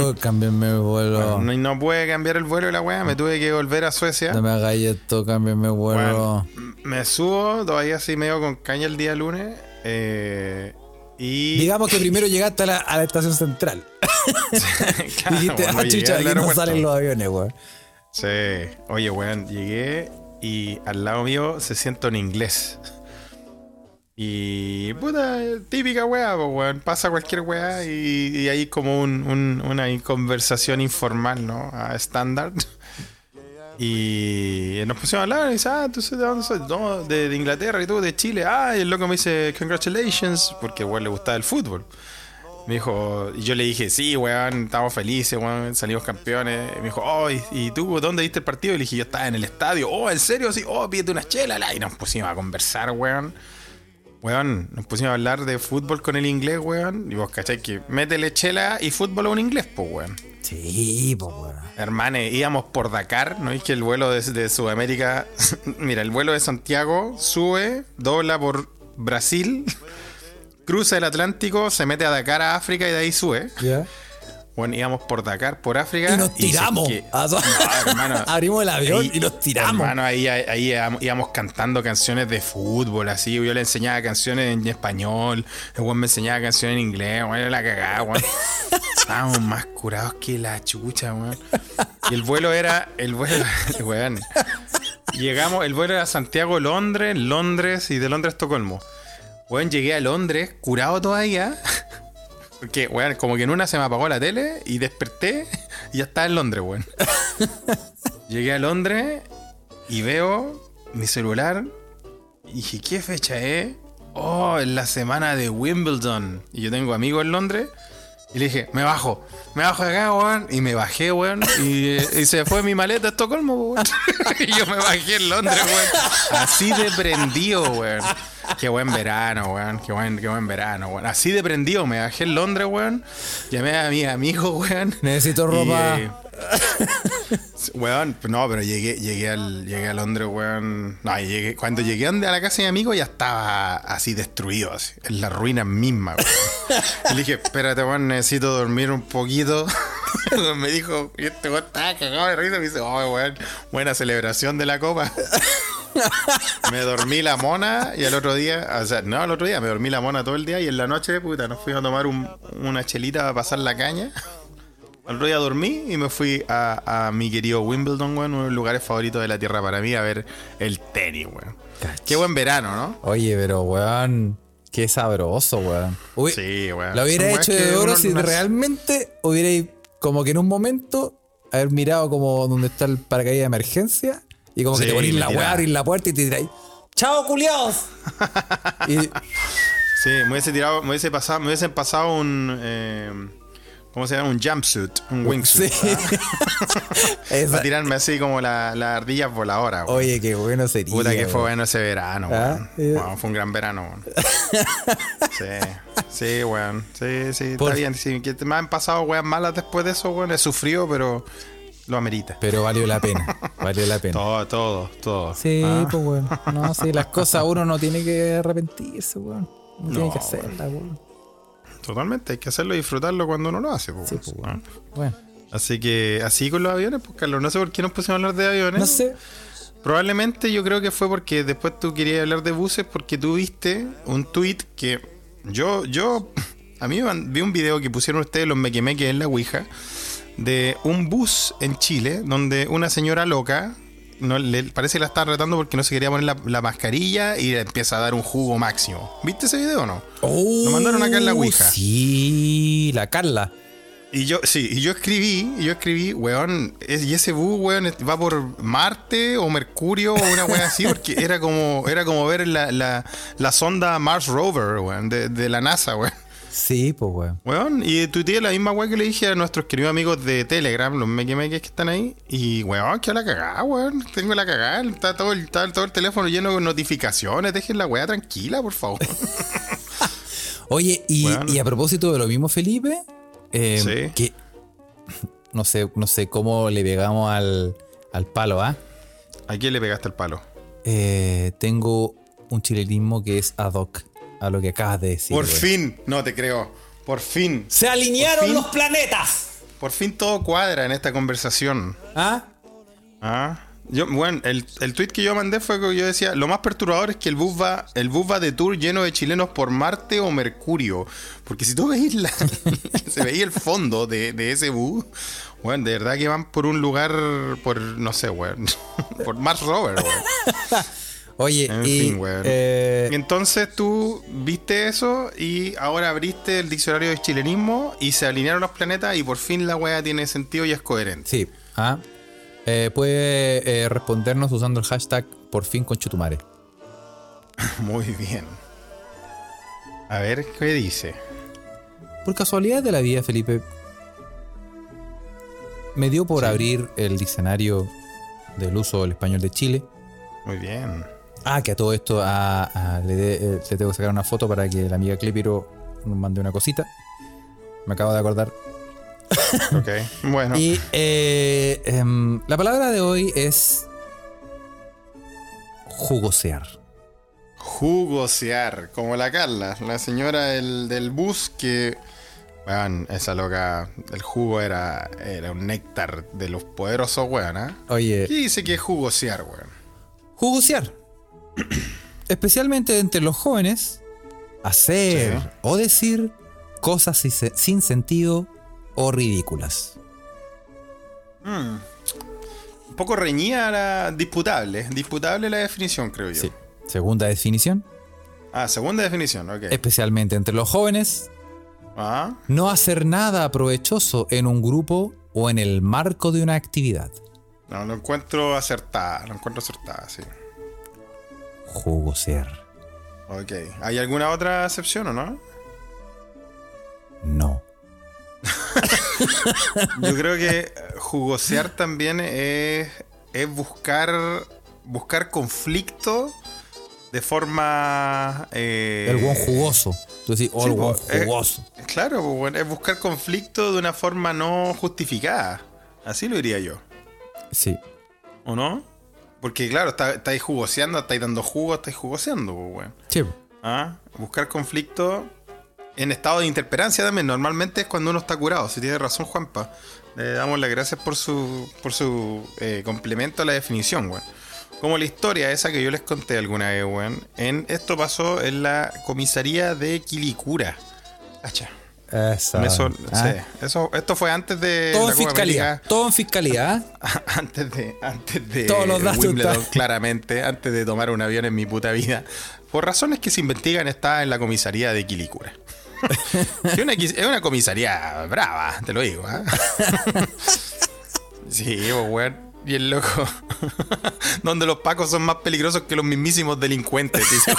Speaker 2: Amigo, cámbienme el vuelo.
Speaker 1: No, no pude cambiar el vuelo y la weá, me tuve que volver a Suecia.
Speaker 2: No me hagáis esto, cámbienme el vuelo.
Speaker 1: Bueno, m- me subo todavía así medio con caña el día lunes. eh, y.
Speaker 2: Digamos que primero llegaste a la, a la estación central.
Speaker 1: Claro,
Speaker 2: Dijiste,
Speaker 1: cuando
Speaker 2: ah,
Speaker 1: llegué
Speaker 2: chucha,
Speaker 1: al
Speaker 2: aquí no
Speaker 1: aeropuerto.
Speaker 2: salen los aviones, weón.
Speaker 1: Sí. Oye, weón, llegué y al lado mío se sienta un inglés. Y. puta, típica weá, po, weón. Pasa cualquier weá y, y hay como un- un- una conversación informal, ¿no? A estándar. Y nos pusimos a hablar y dice, ah, ¿tú de dónde soy? No, de, de Inglaterra y tú, de Chile. Ah, y el loco me dice, congratulations, porque weón le gustaba el fútbol. Me dijo, y yo le dije, sí, weón, estamos felices, weón, salimos campeones. Y me dijo, oh, ¿y, y tú dónde viste el partido? Y le dije, yo estaba en el estadio. Oh, ¿en serio? Sí, oh, pídete unas chelas. la". Y nos pusimos a conversar, weón. Weón, nos pusimos a hablar de fútbol con el inglés, weón. Y vos cachai que métele chela y fútbol a un inglés, pues, weón.
Speaker 2: Sí, pues, weón.
Speaker 1: Hermanes, íbamos por Dakar, ¿no? Es que el vuelo de, de Sudamérica, mira, el vuelo de Santiago sube, dobla por Brasil, cruza el Atlántico, se mete a Dakar a África y de ahí sube.
Speaker 2: ¿Ya?
Speaker 1: Bueno, íbamos por Dakar, por África.
Speaker 2: Y nos
Speaker 1: se-
Speaker 2: tiramos.
Speaker 1: que-
Speaker 2: Ah, so-
Speaker 1: No, hermano,
Speaker 2: Abrimos el avión
Speaker 1: ahí-
Speaker 2: y nos tiramos.
Speaker 1: Hermano, ahí, ahí íbamos- íbamos cantando canciones de fútbol, así. Yo le enseñaba canciones en español, el weón me enseñaba canciones en inglés, bueno, la cagada, weón. Estábamos más curados que la chucha, weón. Y el vuelo era, el vuelo, weón. Llegamos, el vuelo era Santiago, Londres, Londres y de Londres a Estocolmo. Weón, llegué a Londres, curado todavía. Porque, weón, como que en una se me apagó la tele y desperté y ya estaba en Londres, weón. Llegué a Londres y veo mi celular y dije, ¿qué fecha es? Oh, es la semana de Wimbledon. Y yo tengo amigos en Londres. Y le dije, me bajo, me bajo de acá, weón. Y me bajé, weón. Y, eh, y se fue mi maleta a Estocolmo, weón. y yo me bajé en Londres, weón. Así de prendido, weón. Qué buen verano, weón. Qué buen, qué buen verano, weón. Así de prendido, me bajé en Londres, weón. Llamé a mis amigos, weón.
Speaker 2: Necesito ropa.
Speaker 1: Y, eh, Weón, no, pero llegué, llegué, al, llegué a Londres, weón. No, y llegué, cuando llegué ande- a la casa de mi amigo ya estaba así destruido, así, en la ruina misma, weón. Y le dije, espérate, weón, necesito dormir un poquito. me dijo, y este weón estaba cagado de risa. Me dice, oh, weón, buena celebración de la copa. me dormí la mona y al otro día, o sea, no, al otro día, me dormí la mona todo el día y en la noche, puta, nos fuimos a tomar un- una chelita para pasar la caña. Al otro día dormí y me fui a, a mi querido Wimbledon, weón, uno de los lugares favoritos de la tierra para mí, a ver el tenis, weón.
Speaker 2: Cacha.
Speaker 1: Qué buen verano, ¿no?
Speaker 2: Oye, pero, weón, qué sabroso, weón. Uy,
Speaker 1: Sí, weón.
Speaker 2: Lo
Speaker 1: Son
Speaker 2: hubiera hecho
Speaker 1: weas que
Speaker 2: de oro
Speaker 1: uno
Speaker 2: si
Speaker 1: no-
Speaker 2: realmente hubiera, como que en un momento, haber mirado como donde está el paracaídas de emergencia y como
Speaker 1: Sí,
Speaker 2: que te ponís
Speaker 1: le
Speaker 2: la
Speaker 1: tiraba.
Speaker 2: weá, abrís la puerta y te tiráis. ¡Chao, culiados! y
Speaker 1: Sí, me hubiese tirado, me hubiese pasado, me hubiesen pasado un. eh, ¿Cómo se llama? Un jumpsuit, un
Speaker 2: sí.
Speaker 1: wingsuit.
Speaker 2: Esa-
Speaker 1: Para tirarme así como la, la ardilla voladora, weón.
Speaker 2: Oye, qué bueno sería.
Speaker 1: Puta que fue
Speaker 2: Oh, weón.
Speaker 1: bueno ese verano,
Speaker 2: Ah,
Speaker 1: weón.
Speaker 2: eh.
Speaker 1: Weón, fue un gran verano, weón. Sí, sí, weón. Sí, sí,
Speaker 2: Por-
Speaker 1: está bien. Sí, que te- me han pasado weas malas después de eso, weón. He sufrido, pero lo amerita.
Speaker 2: Pero valió la pena. Valió la pena.
Speaker 1: Todo, Ah. todo, todo.
Speaker 2: Sí, pues weón. No, sí, las cosas uno no tiene que arrepentirse, weón. No, tiene que hacerlas, weón.
Speaker 1: Totalmente, hay que hacerlo y disfrutarlo cuando uno lo hace. pues,
Speaker 2: Sí,
Speaker 1: weón.
Speaker 2: pues weón. Bueno,
Speaker 1: Así que así con los aviones, pues Carlos, no sé por qué nos pusimos a hablar de aviones.
Speaker 2: no sé.
Speaker 1: Probablemente yo creo que fue porque después tú querías hablar de buses porque tú viste un tweet que yo, yo, a mí me man- vi un video que pusieron ustedes los mequemeques en la Ouija de un bus en Chile donde una señora loca no, le, parece que la estaba retando porque no se quería poner la, la mascarilla y le empieza a dar un jugo máximo. ¿Viste ese video o no?
Speaker 2: Oh,
Speaker 1: mandaron acá en la Ouija.
Speaker 2: Sí, la Carla.
Speaker 1: Y yo, sí, y yo escribí, y yo escribí, weón, es- y ese bus, weón, es- va por Marte o Mercurio o una weón así, porque era como, era como ver la, la, la sonda Mars Rover, weón, de, de la NASA, weón.
Speaker 2: Sí, pues weón.
Speaker 1: Weón, y tuiteé la misma weón que le dije a nuestros queridos amigos de Telegram, los mequimeques que están ahí, y weón, que la cagada, weón, tengo la cagada, está todo el, está todo el teléfono lleno de notificaciones, dejen la weá tranquila, por favor.
Speaker 2: Oye, y,
Speaker 1: Bueno.
Speaker 2: y a propósito de lo mismo, Felipe, eh,
Speaker 1: Sí.
Speaker 2: que no sé, no sé cómo le pegamos al, al palo, ¿ah?
Speaker 1: ¿A quién le pegaste el palo?
Speaker 2: Eh, tengo un chilenismo que es ad hoc a lo que acabas de decir.
Speaker 1: por
Speaker 2: weón.
Speaker 1: fin, no te creo. Por fin.
Speaker 4: Se alinearon
Speaker 1: fin.
Speaker 4: los planetas.
Speaker 1: Por fin todo cuadra en esta conversación.
Speaker 4: ¿Ah?
Speaker 1: Ah. Yo, bueno, el, el tweet que yo mandé fue que yo decía, lo más perturbador es que el bus va, el bus va de tour lleno de chilenos por Marte o Mercurio. Porque si tú veis la, se veía el fondo de, de ese bus, bueno, de verdad que van por un lugar, por, no sé, weón, por Mars Rover, weón.
Speaker 2: Oye,
Speaker 1: En
Speaker 2: y,
Speaker 1: fin, weón.
Speaker 2: eh,
Speaker 1: Y Entonces tú viste eso y ahora abriste el diccionario de chilenismo y se alinearon los planetas y por fin la weá tiene sentido y es coherente.
Speaker 2: sí. ah. Eh, puede eh, respondernos usando el hashtag por fin con Chutumare.
Speaker 1: Muy bien. A ver qué dice.
Speaker 2: Por casualidad de la vida, Felipe, me dio por abrir el diccionario del uso del español de Chile.
Speaker 1: Muy bien.
Speaker 2: Ah, que a todo esto a- a- le, de- eh, le tengo que sacar una foto para que la amiga Clépiro nos mande una cosita. Me acabo de acordar.
Speaker 1: Ok. Bueno.
Speaker 2: Y eh, em, la palabra de hoy es jugosear.
Speaker 1: Jugosear. Como la Carla, la señora del, del bus que. Weón, esa loca. El jugo era, era un néctar de los poderosos, weón, ¿ah?
Speaker 2: Oye,
Speaker 1: ¿Qué dice que es jugosear, weón?
Speaker 2: jugosear. Especialmente entre los jóvenes, hacer
Speaker 1: Sí.
Speaker 2: o decir cosas sin se- sin sentido o ridículas.
Speaker 1: Un poco reñida la disputable. Disputable la definición, creo yo.
Speaker 2: Sí. Segunda definición,
Speaker 1: Ah, segunda definición, ok.
Speaker 2: especialmente entre los jóvenes,
Speaker 1: Ah,
Speaker 2: no hacer nada provechoso en un grupo o en el marco de una actividad.
Speaker 1: no, lo encuentro acertada, lo encuentro acertada, sí.
Speaker 2: Jugosear.
Speaker 1: Ok. ¿Hay alguna otra excepción o no?
Speaker 2: No.
Speaker 1: Yo creo que eh, jugosear también es, es buscar, buscar conflicto de forma... eh,
Speaker 2: El buen jugoso. Tú decís, oh,
Speaker 1: sí,
Speaker 2: el buen
Speaker 1: po, eh,
Speaker 2: jugoso.
Speaker 1: Claro, pues, bueno, es buscar conflicto de una forma no justificada. Así lo diría yo.
Speaker 2: Sí.
Speaker 1: ¿O no? Porque claro, está- estáis jugoseando, estáis dando jugo, estáis jugoseando, pues, weón.
Speaker 2: Sí.
Speaker 1: ¿Ah? Buscar conflicto en estado de interperancia también. Normalmente es cuando uno está curado. Si tiene razón, Juanpa. Le damos las gracias por su, por su eh, complemento a la definición, weón. Como la historia esa que yo les conté alguna vez, weón. En, esto pasó en la comisaría de Quilicura. Cacha.
Speaker 2: Esa.
Speaker 1: Eso,
Speaker 2: Ah,
Speaker 1: sí. eso, esto fue antes de.
Speaker 2: Todo
Speaker 1: la
Speaker 2: en
Speaker 1: Copa
Speaker 2: fiscalía.
Speaker 1: América.
Speaker 2: Todo en fiscalía. ¿ah?
Speaker 1: antes de antes de
Speaker 2: Todos los datos
Speaker 1: Wimbledon,
Speaker 2: están-
Speaker 1: claramente, antes de tomar un avión en mi puta vida, por razones que se investigan, está en la comisaría de Quilicura. Que una quis- es una comisaría brava, te lo digo. ¿ah? sí, pues, weón. Y el loco, donde los pacos son más peligrosos que los mismísimos delincuentes. dice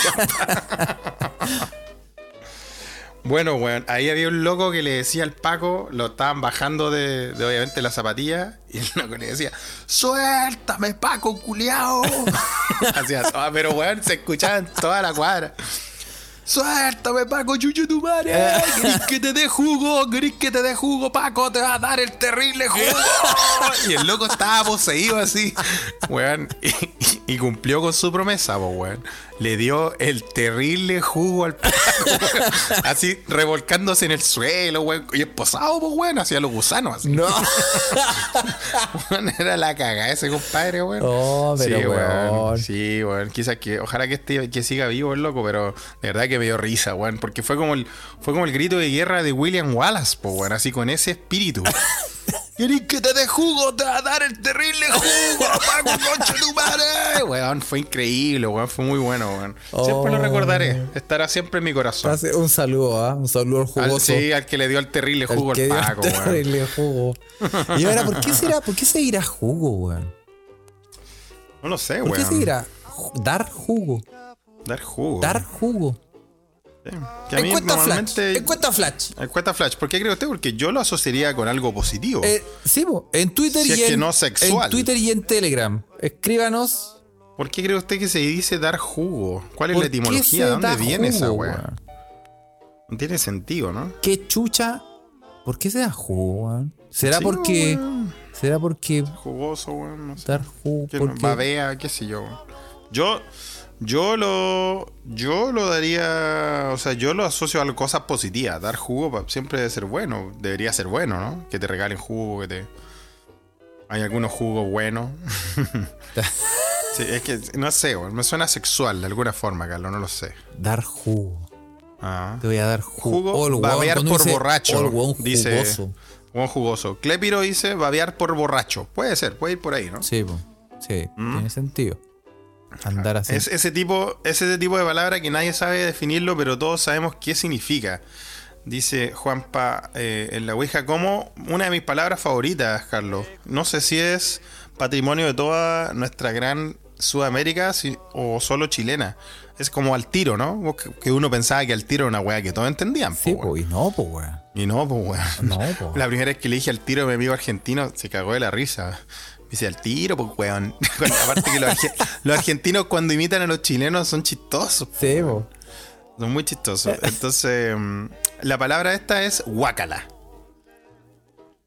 Speaker 1: Bueno, weón, ahí había un loco que le decía al Paco, lo estaban bajando de, de, obviamente la zapatilla, y el loco le decía, suéltame Paco, culiao. Hacía eso, ah, pero weón, se escuchaba en toda la cuadra. Suéltame Paco, chucho tu madre. ¿Querés que te dé jugo? ¿Querés que te dé jugo, Paco? Te va a dar el terrible jugo. Y el loco estaba poseído así, weón, y, y cumplió con su promesa, po, weón. Le dio el terrible jugo al Paco. weón. Así revolcándose en el suelo, weón. Y esposado, pues, weón, hacia los gusanos. Así.
Speaker 2: No.
Speaker 1: Weón, era la cagada ese compadre, weón.
Speaker 2: Oh, pero
Speaker 1: sí,
Speaker 2: weón.
Speaker 1: Sí, weón. Quizás que, ojalá que, este, que siga vivo el loco, pero de verdad que me dio risa, weón. Porque fue como el, fue como el grito de guerra de William Wallace, po, weón. Así con ese espíritu. ¿Querés que te dé jugo? Te va a dar el terrible jugo, Paco, concha de tu madre. Weón, fue increíble, weón. Fue muy bueno, weón. Siempre
Speaker 2: Oh.
Speaker 1: lo recordaré. Estará siempre en mi corazón.
Speaker 2: Hace Un saludo, ¿ah? Un saludo al
Speaker 1: Al,
Speaker 2: jugoso.
Speaker 1: sí, al que le dio el terrible
Speaker 2: El
Speaker 1: jugo al
Speaker 2: que dio
Speaker 1: Paco,
Speaker 2: el
Speaker 1: weón.
Speaker 2: terrible jugo. Y ahora, ¿por qué será? ¿Por qué se irá jugo, weón?
Speaker 1: No lo sé,
Speaker 2: ¿Por qué se
Speaker 1: weón.
Speaker 2: irá? Ju- Dar jugo.
Speaker 1: Dar jugo.
Speaker 2: Dar jugo.
Speaker 1: Sí. Que a mí
Speaker 2: Encuesta Flash.
Speaker 1: normalmente.
Speaker 2: Encuesta Flash.
Speaker 1: Encuesta Flash. ¿Por qué cree usted? Porque yo lo asociaría con algo positivo.
Speaker 2: Eh, sí, po, en Twitter
Speaker 1: Si es
Speaker 2: y en,
Speaker 1: que no sexual.
Speaker 2: en Twitter y en Telegram. Escríbanos
Speaker 1: ¿Por qué cree usted que se dice dar jugo? ¿Cuál es
Speaker 2: ¿Por
Speaker 1: la
Speaker 2: qué
Speaker 1: etimología?
Speaker 2: se
Speaker 1: ¿De dónde
Speaker 2: da
Speaker 1: viene esa
Speaker 2: jugo,
Speaker 1: weá?
Speaker 2: weón?
Speaker 1: No tiene sentido, ¿no?
Speaker 2: ¿Qué chucha? ¿Por qué se da jugo, weón? ¿Será
Speaker 1: Sí,
Speaker 2: porque
Speaker 1: weón.
Speaker 2: será porque
Speaker 1: Jugoso, weón. No sé.
Speaker 2: dar jugo
Speaker 1: Que no-
Speaker 2: porque
Speaker 1: Babea, qué sé yo. weón. Yo, Yo lo. Yo lo daría. O sea, yo lo asocio a cosas positivas. Dar jugo pa- siempre debe ser bueno. Debería ser bueno, ¿no? Que te regalen jugo, que te. Hay algunos jugos buenos. sí, es que no sé, weón, me suena sexual de alguna forma, Carlos, no lo sé.
Speaker 2: Dar jugo.
Speaker 1: Ah.
Speaker 2: Te voy a dar jugo.
Speaker 1: Jugo,
Speaker 2: Oh, el weón,
Speaker 1: babear
Speaker 2: cuando
Speaker 1: por
Speaker 2: dice,
Speaker 1: borracho.
Speaker 2: oh, el weón
Speaker 1: dice.
Speaker 2: jugoso.
Speaker 1: Juan jugoso. Clepiro dice babear por borracho. Puede ser, puede ir por ahí, ¿no?
Speaker 2: Sí, po. sí, tiene sentido. Andar así.
Speaker 1: ¿Mm? Es ese tipo, es ese tipo de palabra que nadie sabe definirlo, pero todos sabemos qué significa. Dice Juanpa eh, en la Ouija como una de mis palabras favoritas, Carlos. No sé si es patrimonio de toda nuestra gran Sudamérica si- o solo chilena. Es como al tiro, ¿no? Vos Que que uno pensaba que al tiro era una weá que todos entendían.
Speaker 2: sí,
Speaker 1: po, weón.
Speaker 2: po, y no, po, weón.
Speaker 1: Y no, pues weón.
Speaker 2: No, po.
Speaker 1: La primera vez que le dije al tiro a mi amigo argentino, se cagó de la risa. Me dice, al tiro, pues weón. Cuando- aparte que los, arge- los argentinos cuando imitan a los chilenos son chistosos.
Speaker 2: Sí, po.
Speaker 1: Son muy chistosos. Entonces, mm, la palabra esta es guácala.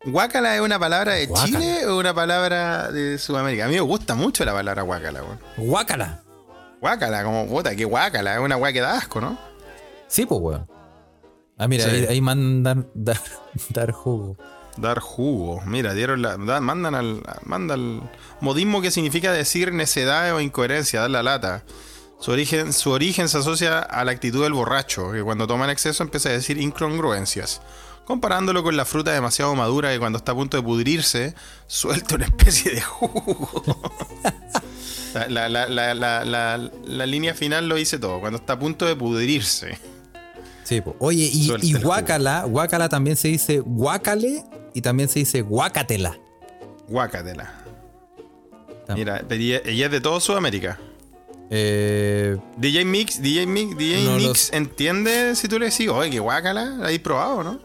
Speaker 1: ¿Guácala es una palabra de
Speaker 2: Guácala.
Speaker 1: Chile o una palabra de Sudamérica? A mí me gusta mucho la palabra guácala, weón.
Speaker 2: Guácala.
Speaker 1: Guácala, como puta, qué guácala. Es una weá que da asco, ¿no?
Speaker 2: Sí, po, weón. Ah, mira,
Speaker 1: Sí.
Speaker 2: ahí, ahí mandan dar, dar jugo.
Speaker 1: Dar jugo. Mira, dieron la, da- mandan al. Mandan al- Modismo que significa decir necedad o incoherencia, dar la lata. Su origen, su origen se asocia a la actitud del borracho, que cuando toma en exceso empieza a decir incongruencias. Comparándolo con la fruta demasiado madura que cuando está a punto de pudrirse, suelta una especie de jugo. La, la- la- la- la- la- la línea final lo dice todo, cuando está a punto de pudrirse.
Speaker 2: Sí, po. Oye, y,
Speaker 1: Suelta
Speaker 2: y
Speaker 1: el jugo.
Speaker 2: guácala, guácala también se dice guácale y también se dice guácatela.
Speaker 1: Guácatela.
Speaker 2: Tam-
Speaker 1: Mira, pero ella ella es de todo Sudamérica.
Speaker 2: Eh,
Speaker 1: DJ Mix, DJ Mix, DJ
Speaker 2: No lo
Speaker 1: Mix, ¿entiende si tú le decís, oye, qué guácala? ¿La ¿Hay probado, no?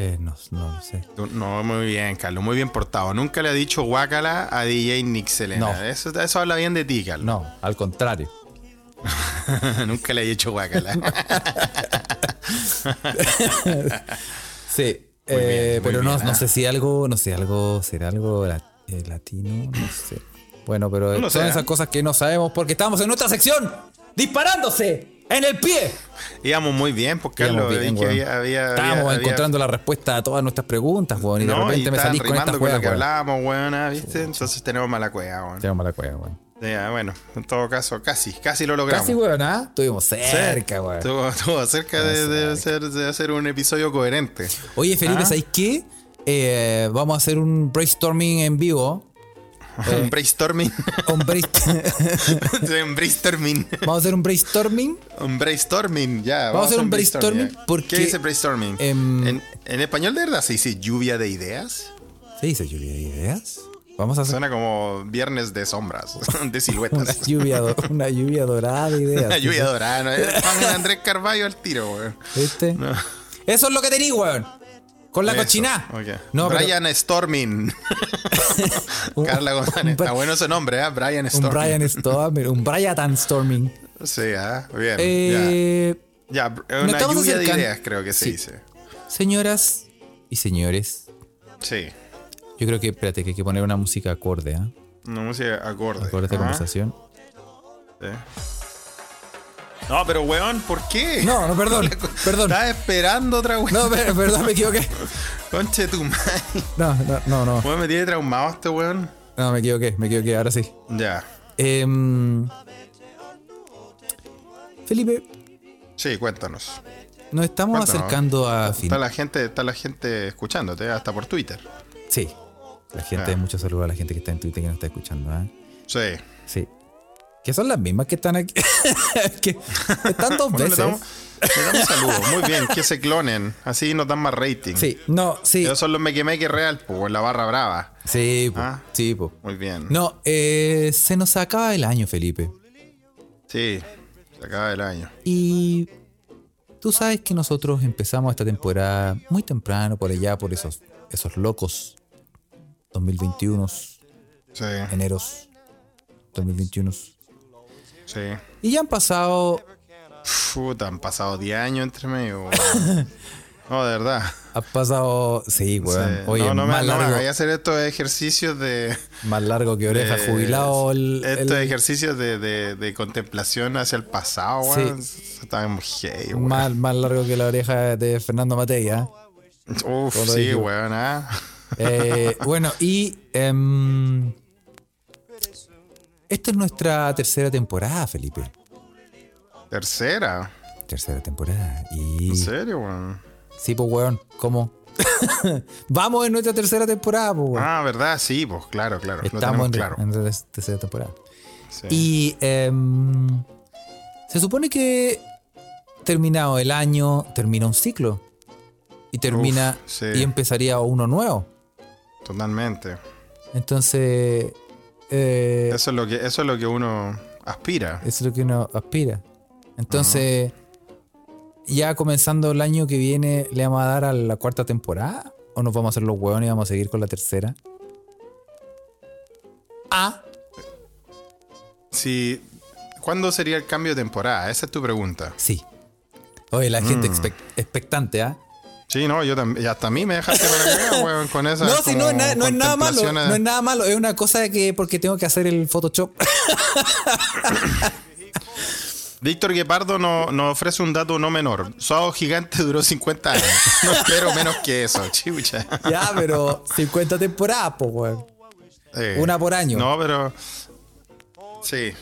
Speaker 2: eh, no, no lo sé.
Speaker 1: Tú- No, muy bien, Carlos, muy bien portado. Nunca le ha dicho guácala a DJ Nix, Elena.
Speaker 2: No.
Speaker 1: Eso, eso habla bien de ti, Carlos.
Speaker 2: No, al contrario.
Speaker 1: Nunca le ha dicho guácala.
Speaker 2: Sí,
Speaker 1: Muy bien,
Speaker 2: eh,
Speaker 1: muy
Speaker 2: pero no,
Speaker 1: bien,
Speaker 2: no
Speaker 1: ah.
Speaker 2: sé si algo, no sé, algo, será algo la- eh, latino, no sé. Bueno, pero
Speaker 1: No lo
Speaker 2: son
Speaker 1: sé,
Speaker 2: esas
Speaker 1: ¿eh?
Speaker 2: cosas que no sabemos porque estamos en nuestra sección disparándose en el pie.
Speaker 1: Íbamos muy bien, pues,
Speaker 2: Íbamos
Speaker 1: Carlos.
Speaker 2: bien,
Speaker 1: vi que
Speaker 2: weón.
Speaker 1: había- había-
Speaker 2: Estábamos
Speaker 1: había-
Speaker 2: encontrando la respuesta a todas nuestras preguntas, weón, y de
Speaker 1: No, y
Speaker 2: repente me
Speaker 1: estaban
Speaker 2: salís con
Speaker 1: rimando
Speaker 2: esta
Speaker 1: con lo que
Speaker 2: weá.
Speaker 1: hablábamos, weón, ah, ¿viste? Entonces tenemos mala cueva, weón.
Speaker 2: Tenemos la cueva, weón.
Speaker 1: Ya, bueno, en todo caso, casi, casi lo logramos.
Speaker 2: Casi, weón, ¿ah? Estuvimos cerca, weón.
Speaker 1: Estuvo, estuvo cerca de, de hacer, de hacer un episodio coherente.
Speaker 2: Oye, Felipe,
Speaker 1: Ah.
Speaker 2: ¿sabes qué? Eh, vamos a hacer un brainstorming en vivo.
Speaker 1: Un brainstorming.
Speaker 2: Un brain-
Speaker 1: un brainstorming.
Speaker 2: vamos a hacer un brainstorming
Speaker 1: Un brainstorming, ya.
Speaker 2: Vamos a hacer un brainstorming
Speaker 1: ya.
Speaker 2: porque,
Speaker 1: ¿Qué dice brainstorming?
Speaker 2: em,
Speaker 1: en, en español de verdad se dice lluvia de ideas.
Speaker 2: ¿Se dice lluvia de ideas? Vamos a hacer
Speaker 1: Suena como viernes de sombras, de
Speaker 2: una
Speaker 1: siluetas.
Speaker 2: lluvia, do- una lluvia dorada de ideas.
Speaker 1: Una lluvia dorada. ¿no? Eh, Pongan a Andrés Carballo al tiro, weón.
Speaker 2: ¿Viste? Eso es lo que tenéis, weón. Con la
Speaker 1: Eso,
Speaker 2: cochina.
Speaker 1: ok.
Speaker 2: No, pero
Speaker 1: Brian Storming.
Speaker 2: un-
Speaker 1: Carla
Speaker 2: un
Speaker 1: González.
Speaker 2: Bra-
Speaker 1: Está bueno ese nombre, ¿eh? Brian
Speaker 2: Un
Speaker 1: Storming.
Speaker 2: Brian Storming. Un Brian Storming.
Speaker 1: Sí, ah, bien.
Speaker 2: Eh,
Speaker 1: ya, ya,
Speaker 2: nos
Speaker 1: una
Speaker 2: estamos
Speaker 1: lluvia de
Speaker 2: acercando-
Speaker 1: ideas creo que se
Speaker 2: Sí.
Speaker 1: dice.
Speaker 2: Señoras y señores,
Speaker 1: Sí.
Speaker 2: yo creo que, espérate, que hay que poner una música acorde, ¿ah?
Speaker 1: Una música acorde.
Speaker 2: Acorde a esta
Speaker 1: Ah,
Speaker 2: conversación.
Speaker 1: sí. No, pero weón, ¿por qué?
Speaker 2: No, no, perdón, perdón.
Speaker 1: Estaba esperando otra weón.
Speaker 2: No, per- perdón, me equivoqué.
Speaker 1: Conche tu madre.
Speaker 2: No, no, no, no,
Speaker 1: Weón, me tiene traumado este weón.
Speaker 2: no, me equivoqué, me equivoqué, ahora sí.
Speaker 1: Ya.
Speaker 2: Em, Felipe,
Speaker 1: Sí, cuéntanos.
Speaker 2: nos estamos
Speaker 1: Cuéntanos.
Speaker 2: acercando a Ah, fin.
Speaker 1: Está la gente, está la gente escuchándote, hasta por Twitter.
Speaker 2: Sí, la gente,
Speaker 1: Ah.
Speaker 2: mucho saludo a la gente que está en Twitter que nos está escuchando. ¿ah?
Speaker 1: Sí.
Speaker 2: Sí, que son las mismas que están aquí. que están dos
Speaker 1: Bueno, le
Speaker 2: veces.
Speaker 1: damos, le damos saludos. Muy bien, que se clonen. Así nos dan más rating.
Speaker 2: Sí, no, sí,
Speaker 1: Esos son los meque real, pues, en la barra brava.
Speaker 2: sí, po,
Speaker 1: Ah.
Speaker 2: sí, po.
Speaker 1: Muy bien.
Speaker 2: No, eh, se nos acaba el año, Felipe.
Speaker 1: Sí, se acaba el año.
Speaker 2: Y tú sabes que nosotros empezamos esta temporada muy temprano, por allá, por esos, esos locos 2021,
Speaker 1: Sí,
Speaker 2: eneros 2021.
Speaker 1: sí.
Speaker 2: Y ya han pasado,
Speaker 1: Puta, han pasado 10 años entre medio. weón. No, de verdad.
Speaker 2: Ha pasado. Sí, weón.
Speaker 1: Sí.
Speaker 2: Oye,
Speaker 1: no, no me,
Speaker 2: más,
Speaker 1: no me
Speaker 2: largo,
Speaker 1: hagáis Eh, hacer estos ejercicios de.
Speaker 2: más largo que oreja,
Speaker 1: de-
Speaker 2: jubilado el.
Speaker 1: estos
Speaker 2: el-
Speaker 1: ejercicios de, de- de contemplación hacia el pasado,
Speaker 2: Sí.
Speaker 1: weón. Estaban gay, weón.
Speaker 2: más, más largo que la oreja de Fernando Matei, ¿ah?
Speaker 1: Uf,
Speaker 2: Todo
Speaker 1: sí,
Speaker 2: ello.
Speaker 1: weón, ah.
Speaker 2: Eh, bueno, y. em, esta es nuestra tercera temporada, Felipe.
Speaker 1: Tercera.
Speaker 2: Tercera temporada. Y.
Speaker 1: ¿En serio, weón?
Speaker 2: Sí, pues, weón. ¿Cómo? Vamos en nuestra tercera temporada, pues, weón.
Speaker 1: Ah, ¿verdad? Sí, pues claro, claro. lo
Speaker 2: Estamos
Speaker 1: tenemos
Speaker 2: en,
Speaker 1: claro.
Speaker 2: en la tercera temporada.
Speaker 1: Sí.
Speaker 2: Y em, se supone que terminado el año, termina un ciclo. Y termina
Speaker 1: Uf, sí.
Speaker 2: y empezaría uno nuevo.
Speaker 1: Totalmente.
Speaker 2: Eh. Entonces, eh,
Speaker 1: Eso es lo que, eso es lo que uno aspira.
Speaker 2: eso es lo que uno aspira. Entonces, ya comenzando el año que viene, ¿le vamos a dar a la cuarta temporada? ¿O nos vamos a hacer los hueones y vamos a seguir con la tercera? Ah,
Speaker 1: Si, ¿Cuándo sería el cambio de temporada? Esa es tu pregunta.
Speaker 2: sí. Oye, la
Speaker 1: Mm.
Speaker 2: gente expect- expectante, ¿ah?
Speaker 1: Sí, no, yo también. Hasta a mí me dejaste para acá, weón, con esa.
Speaker 2: No, si no, es nada- no es nada malo. No es
Speaker 1: nada.
Speaker 2: nada malo. Es una cosa de que porque tengo que hacer el Photoshop.
Speaker 1: Víctor Guepardo no- nos ofrece un dato no menor. Sao Gigante duró 50 años. No espero menos que eso, chucha.
Speaker 2: ya, pero 50 temporadas, pues, weón.
Speaker 1: Eh,
Speaker 2: Una por año.
Speaker 1: No, pero. Sí.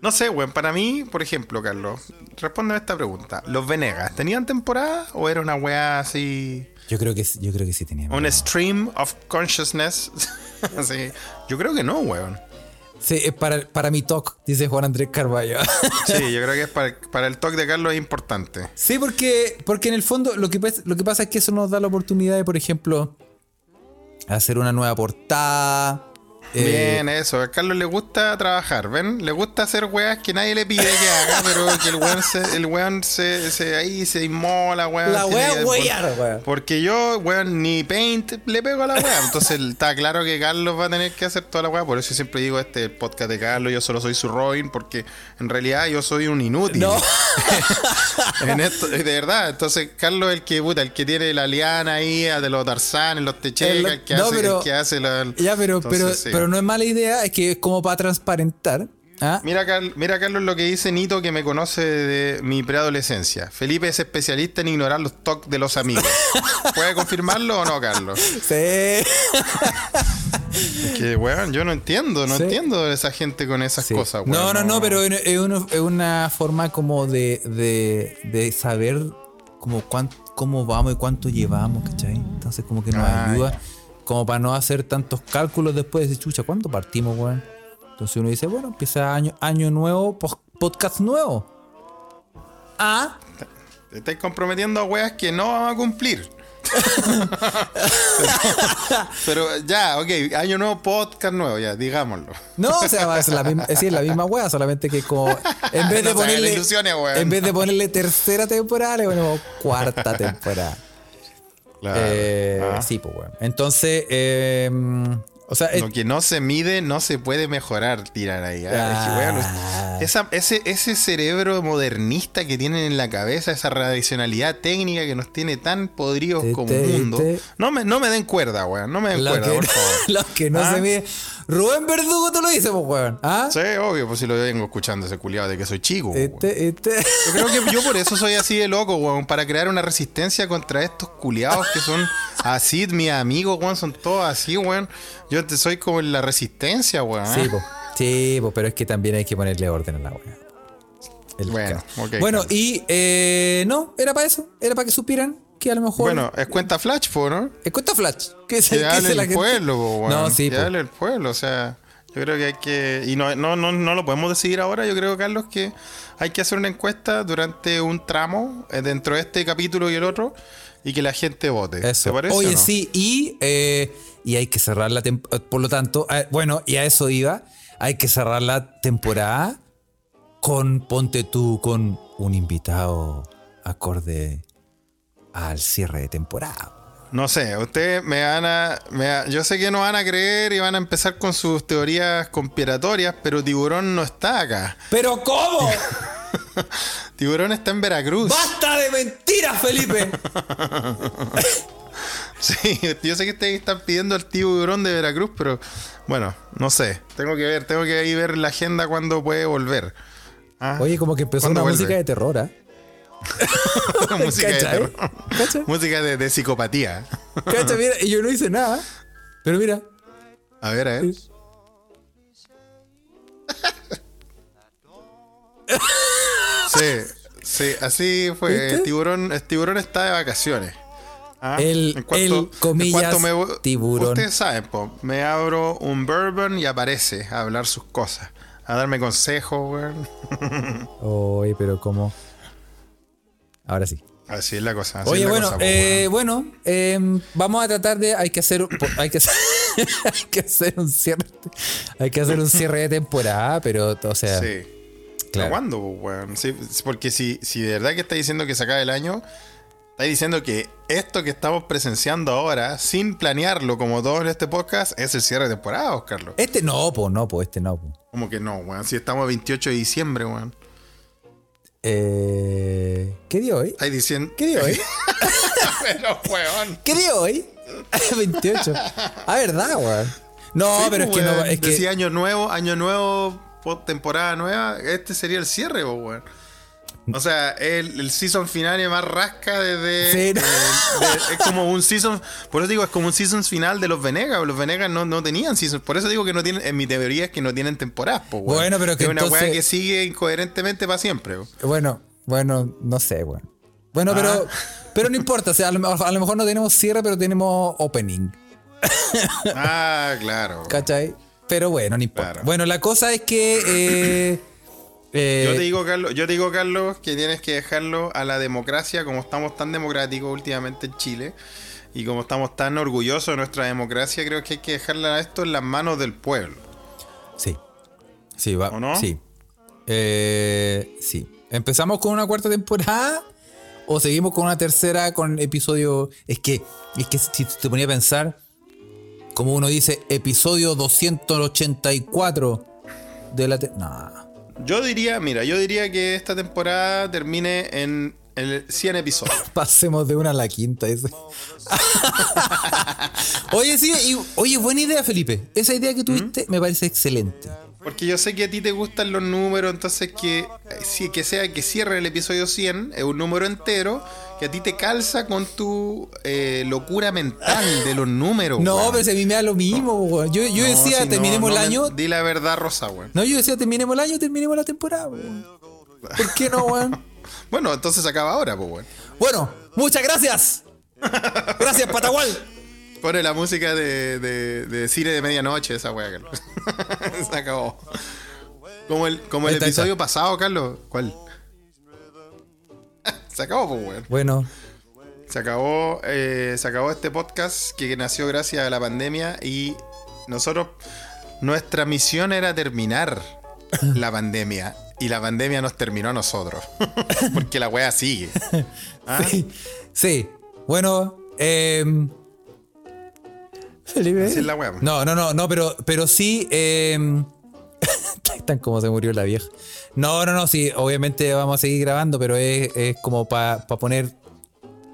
Speaker 1: No sé, weón. Para mí, por ejemplo, Carlos, respóndeme esta pregunta. ¿Los Venegas tenían temporada o era una weá así.
Speaker 2: Yo creo que, yo creo que sí tenía.
Speaker 1: Un stream of consciousness? Así. Yo creo que no, weón.
Speaker 2: Sí, es para, para mi talk, dice Juan Andrés Carballo.
Speaker 1: Sí, yo creo que es para, para el talk de Carlos es importante.
Speaker 2: sí, porque, porque en el fondo lo que, pas- lo que pasa es que eso nos da la oportunidad de, por ejemplo, hacer una nueva portada. eh,
Speaker 1: Bien, eso. A Carlos le gusta trabajar, ¿ven? Le gusta hacer weas que nadie le pide que haga, pero que el weón se, el weón se, se- ahí se inmola, weón.
Speaker 2: La
Speaker 1: ah, tiene
Speaker 2: wea
Speaker 1: que-
Speaker 2: weyar, weón.
Speaker 1: Porque yo, weón, ni paint le pego a la wea. Entonces está claro que Carlos va a tener que hacer toda la wea. Por eso yo siempre digo este el podcast de Carlos, yo solo soy su Robin, porque en realidad yo soy un inútil.
Speaker 2: No.
Speaker 1: En esto- de verdad, entonces Carlos es el que puta, el que tiene la liana ahí, a de los Tarzán, los
Speaker 2: El-
Speaker 1: techecas, el que
Speaker 2: no,
Speaker 1: hace,
Speaker 2: pero-
Speaker 1: el que hace la-
Speaker 2: Ya, pero,
Speaker 1: Entonces,
Speaker 2: pero,
Speaker 1: sí.
Speaker 2: pero no es mala idea, es que es como para transparentar. ¿ah?
Speaker 1: Mira, Carl- mira, Carlos, lo que dice Nito que me conoce de mi preadolescencia. Felipe es especialista en ignorar los toques de los amigos. ¿Puede confirmarlo o no, Carlos?
Speaker 2: Sí.
Speaker 1: Que, weón, yo no entiendo, no
Speaker 2: Sí.
Speaker 1: entiendo a esa gente con esas
Speaker 2: Sí.
Speaker 1: cosas, weón.
Speaker 2: No, no, no, pero es es uno- es una forma como de, de, de saber como cuán- cómo vamos y cuánto llevamos, ¿cachai? Entonces como que nos
Speaker 1: Ah,
Speaker 2: ayuda como para no hacer tantos cálculos después de chucha, ¿cuándo partimos, weón? Entonces uno dice, bueno, empieza año, año nuevo, pos- podcast nuevo. Ah,
Speaker 1: Te estáis comprometiendo a weas que no vamos a cumplir. pero, pero ya, ok, año nuevo, podcast nuevo, ya, digámoslo.
Speaker 2: no, o sea, va a ser la misma, es decir, la misma wea, solamente que como en
Speaker 1: No
Speaker 2: vez de
Speaker 1: se hagan
Speaker 2: ponerle
Speaker 1: ilusiones, weón.
Speaker 2: en vez de ponerle tercera temporada, le ponemos cuarta temporada. Eh,
Speaker 1: Ah.
Speaker 2: Sí, pues, weón. Entonces, eh, o sea, eh,
Speaker 1: Lo que no se mide no se puede mejorar, tirar ahí. ¿eh?
Speaker 2: Ah.
Speaker 1: Es que, bueno, esa- ese, ese cerebro modernista que tienen en la cabeza, esa racionalidad técnica que nos tiene tan podridos
Speaker 2: Te-
Speaker 1: como
Speaker 2: te-
Speaker 1: mundo.
Speaker 2: te-
Speaker 1: No, me, no me den cuerda, weón. No me den
Speaker 2: lo
Speaker 1: cuerda,
Speaker 2: que,
Speaker 1: por favor.
Speaker 2: lo que no
Speaker 1: Ah.
Speaker 2: se mide. Rubén Verdugo te lo dice, pues, weón. ¿Ah?
Speaker 1: Sí, obvio, pues si lo vengo escuchando ese culiado de que soy chico. weón.
Speaker 2: Este, este.
Speaker 1: Yo creo que yo por eso soy así de loco, weón. Para crear una resistencia contra estos culiados que son así, mis amigos, weón. Son todos así, weón. Yo te- soy como la resistencia, weón. ¿eh?
Speaker 2: Sí, pues. Sí, pues, pero es que también hay que ponerle orden a la weá. El
Speaker 1: Bueno,
Speaker 2: caso.
Speaker 1: ok,
Speaker 2: bueno
Speaker 1: Carlos.
Speaker 2: y eh, no, era para eso. Era para que supieran que a lo mejor.
Speaker 1: Bueno, es cuenta Flash, po, ¿no?
Speaker 2: Eh, cuenta Flash. Que es
Speaker 1: Que
Speaker 2: el que
Speaker 1: hable
Speaker 2: dice la
Speaker 1: el
Speaker 2: gente.
Speaker 1: pueblo, po, weón.
Speaker 2: No, sí, pues.
Speaker 1: Que
Speaker 2: po.
Speaker 1: hable el pueblo, o sea, yo creo que hay que. Y no, no, no, no lo podemos decidir ahora, yo creo, Carlos, que hay que hacer una encuesta durante un tramo, eh, dentro de este capítulo y el otro, y que la gente vote.
Speaker 2: Eso.
Speaker 1: ¿Te parece? o
Speaker 2: Oye,
Speaker 1: no?
Speaker 2: sí, y, eh, y hay que cerrar la temporada. Por lo tanto, eh, bueno, y a eso iba. Hay que cerrar la temporada con Ponte tú, con un invitado acorde al cierre de temporada.
Speaker 1: No sé, ustedes me van a. me va- yo sé que no van a creer y van a empezar con sus teorías conspiratorias, pero Tiburón no está acá.
Speaker 2: ¿Pero cómo?
Speaker 1: Tiburón está en Veracruz.
Speaker 2: ¡Basta de mentiras, Felipe!
Speaker 1: Sí, yo sé que ustedes están pidiendo al tiburón de Veracruz, pero bueno, no sé. Tengo que ver, tengo que ahí ver la agenda cuando puede volver. Ah,
Speaker 2: Oye, como que empezó
Speaker 1: ¿cuándo
Speaker 2: una
Speaker 1: vuelve?
Speaker 2: música de terror, ¿ah?
Speaker 1: música de
Speaker 2: ¿Cachai?
Speaker 1: terror.
Speaker 2: ¿Cachai?
Speaker 1: Música de, de psicopatía.
Speaker 2: Cacha, mira, y yo no hice nada. Pero mira,
Speaker 1: A ver, a ver. Sí, sí, así fue.
Speaker 2: ¿Viste?
Speaker 1: El tiburón, el tiburón está de vacaciones. Ah,
Speaker 2: El- el, comillas,
Speaker 1: vo-
Speaker 2: tiburón.
Speaker 1: Ustedes saben, po, me abro un bourbon y aparece a hablar sus cosas. A darme consejos, weón.
Speaker 2: Oye, pero cómo. Ahora sí.
Speaker 1: Así es la cosa. así
Speaker 2: Oye,
Speaker 1: es la
Speaker 2: bueno,
Speaker 1: cosa, po,
Speaker 2: eh,
Speaker 1: weón.
Speaker 2: bueno, eh, vamos a tratar de. Hay que hacer, po- hay que hacer, hay que hacer un cierre, hay que hacer un cierre de temporada, pero, o sea,
Speaker 1: Sí.
Speaker 2: claro.
Speaker 1: ¿Cuándo, po, weón? Sí, porque si, si de verdad que está diciendo que se acaba el año, está diciendo que esto que estamos presenciando ahora, sin planearlo como todo en este podcast, es el cierre de temporada, Oscar. Lo-
Speaker 2: Este no, po, no, po, este no, po.
Speaker 1: Como que no, weón. Si estamos a 28 de diciembre, weón.
Speaker 2: Eh, ¿Qué día hoy?
Speaker 1: Estáis diciendo.
Speaker 2: ¿Qué día hoy?
Speaker 1: Pero, weón.
Speaker 2: ¿Qué día hoy? 28. Ah, ¿verdad, weón? No,
Speaker 1: Sí,
Speaker 2: Ah, pero es
Speaker 1: po,
Speaker 2: que no,
Speaker 1: weón.
Speaker 2: es que.
Speaker 1: Decía año nuevo, año nuevo, po- temporada nueva. Este sería el cierre, po, weón. O sea, el, el season final es más rasca desde.
Speaker 2: Sí, no.
Speaker 1: de- de- es como un season. Por eso digo, es como un season final de los Venegas. Los Venegas no, no tenían season. Por eso digo que no tienen. En mi teoría es que no tienen temporadas, po, weón.
Speaker 2: Bueno, pero que
Speaker 1: Es una
Speaker 2: entonces-
Speaker 1: weá que sigue incoherentemente para siempre, weón.
Speaker 2: Bueno, bueno, no sé, bueno. Bueno, pero,
Speaker 1: Ah.
Speaker 2: pero no importa, o sea, a lo, a lo mejor no tenemos cierre, pero tenemos opening,
Speaker 1: Ah, claro. weón.
Speaker 2: ¿cachai? Pero bueno, no importa.
Speaker 1: Claro.
Speaker 2: Bueno, la cosa es que... eh, eh,
Speaker 1: Yo te digo, Carlos, yo te digo, Carlos, que tienes que dejarlo a la democracia, como estamos tan democráticos últimamente en Chile, y como estamos tan orgullosos de nuestra democracia, creo que hay que dejarla a esto en las manos del pueblo.
Speaker 2: Sí. Sí, va.
Speaker 1: ¿O no?
Speaker 2: Sí. Eh, sí. ¿Empezamos con una cuarta temporada? ¿O seguimos con una tercera con episodio? Es que, es que si te ponía a pensar, como uno dice, episodio 284 de la... te- No.
Speaker 1: Yo diría, mira, yo diría que esta temporada termine en el 100 episodios.
Speaker 2: Pasemos de una a la quinta. dice. oye, sí, y- oye, buena idea, Felipe. Esa idea que tuviste
Speaker 1: ¿Mm?
Speaker 2: me parece excelente.
Speaker 1: Porque yo sé que a ti te gustan los números, entonces que, eh, sí, que sea que cierre el episodio 100, es un número entero, que a ti te calza con tu eh, locura mental de los números.
Speaker 2: No,
Speaker 1: weón.
Speaker 2: pero si a mí me da lo mismo. weón. Yo, yo
Speaker 1: Oh, No,
Speaker 2: decía,
Speaker 1: si no,
Speaker 2: terminemos
Speaker 1: no
Speaker 2: el
Speaker 1: me-
Speaker 2: año,
Speaker 1: Di la verdad, Rosa, weón.
Speaker 2: No, yo decía, terminemos el año, terminemos la temporada. po, weón. ¿Por qué no, weón?
Speaker 1: Bueno, entonces se acaba ahora, pues, weón.
Speaker 2: Bueno, muchas gracias. Gracias, Patagual.
Speaker 1: Pone la música de, de, de cine de medianoche, esa weá, Carlos. se acabó. Como el, como el
Speaker 2: Ahí está, ahí
Speaker 1: episodio pasado, Carlos. ¿Cuál? se acabó, pues, weón.
Speaker 2: Bueno,
Speaker 1: Se acabó, eh, se acabó este podcast que nació gracias a la pandemia y nosotros, nuestra misión era terminar la pandemia y la pandemia nos terminó a nosotros. Porque la weá sigue. ¿Ah?
Speaker 2: sí. Bueno, em, Felipe.
Speaker 1: Así es la weá. pues. po.
Speaker 2: No, no, no, no, pero, pero sí. em, Tan como se murió la vieja. No, no, no, sí, obviamente vamos a seguir grabando, pero es, es como para poner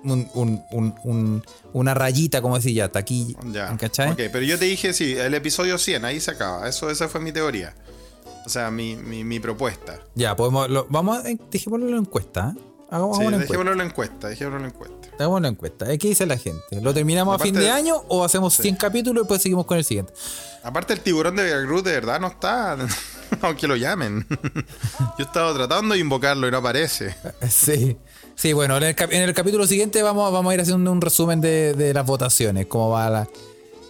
Speaker 2: un- un- un- un- una rayita, como decía, ya, hasta aquí.
Speaker 1: Ya.
Speaker 2: ¿Cachai?
Speaker 1: Ok, pero yo te dije, sí, el episodio 100, ahí se acaba. Eso, esa fue mi teoría. O sea, mi, mi, mi propuesta.
Speaker 2: Ya, podemos. lo- vamos a. eh, Dejémoslo en la encuesta. ¿eh? Hagamos
Speaker 1: Sí,
Speaker 2: una
Speaker 1: dejémoslo
Speaker 2: encuesta.
Speaker 1: en la encuesta, dejémoslo en la encuesta.
Speaker 2: Hagamos una encuesta. Eh, ¿Qué dice la gente? ¿Lo terminamos a
Speaker 1: Aparte
Speaker 2: fin de
Speaker 1: de-
Speaker 2: año o hacemos 100 capítulos y después seguimos con el siguiente?
Speaker 1: Aparte, el tiburón de Veracruz de verdad no está, aunque lo llamen. yo estaba tratando de invocarlo y no aparece.
Speaker 2: Sí. Sí, bueno, en el, cap- en el capítulo siguiente vamos, vamos a ir haciendo un resumen de, de las votaciones, cómo va la.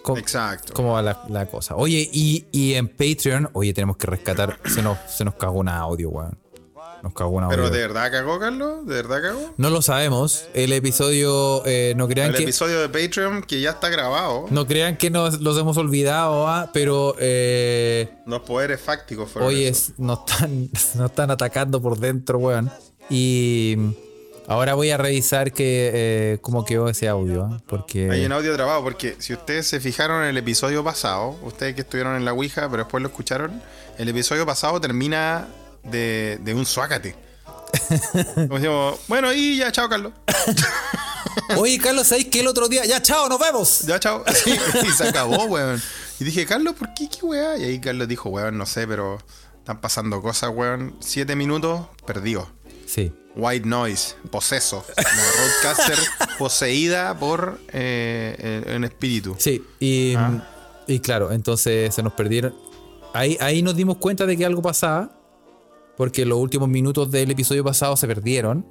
Speaker 2: cómo-
Speaker 1: Exacto.
Speaker 2: Oh, cómo va la, la cosa. Oye, y, y en Patreon, oye, tenemos que rescatar. Se nos, se nos cagó un audio, weón. Nos cagó un audio.
Speaker 1: Pero de verdad cagó, Carlos, de verdad cagó.
Speaker 2: No lo sabemos. El episodio, eh, no crean
Speaker 1: El
Speaker 2: que.
Speaker 1: episodio de Patreon que ya está grabado.
Speaker 2: No crean que nos los hemos olvidado, ah, pero eh,
Speaker 1: Los poderes fácticos fueron.
Speaker 2: hoy
Speaker 1: eso.
Speaker 2: es, nos, están, nos están atacando por dentro, weón. Y ahora voy a revisar que eh, cómo quedó ese audio, ah,
Speaker 1: Hay
Speaker 2: porque
Speaker 1: un audio grabado porque si ustedes se fijaron en el episodio pasado, ustedes que estuvieron en la Ouija pero después lo escucharon, el episodio pasado termina de, de un suácate. Como decíamos, bueno, y ya, chao, Carlos.
Speaker 2: Oye, Carlos, ¿sabéis que el otro día? Ya, chao, nos vemos.
Speaker 1: Ya, chao. Sí, y se acabó, weón. Y dije, Carlos, ¿por qué? ¿Qué weá? Y ahí Carlos dijo, weón, no sé, pero están pasando cosas, weón. Siete minutos, perdido.
Speaker 2: Sí.
Speaker 1: White Noise, poseso. La roadcaster poseída por eh, eh, un espíritu.
Speaker 2: Sí, y, y claro, entonces se nos perdieron. Ahí, ahí nos dimos cuenta de que algo pasaba, porque los últimos minutos del episodio pasado se perdieron.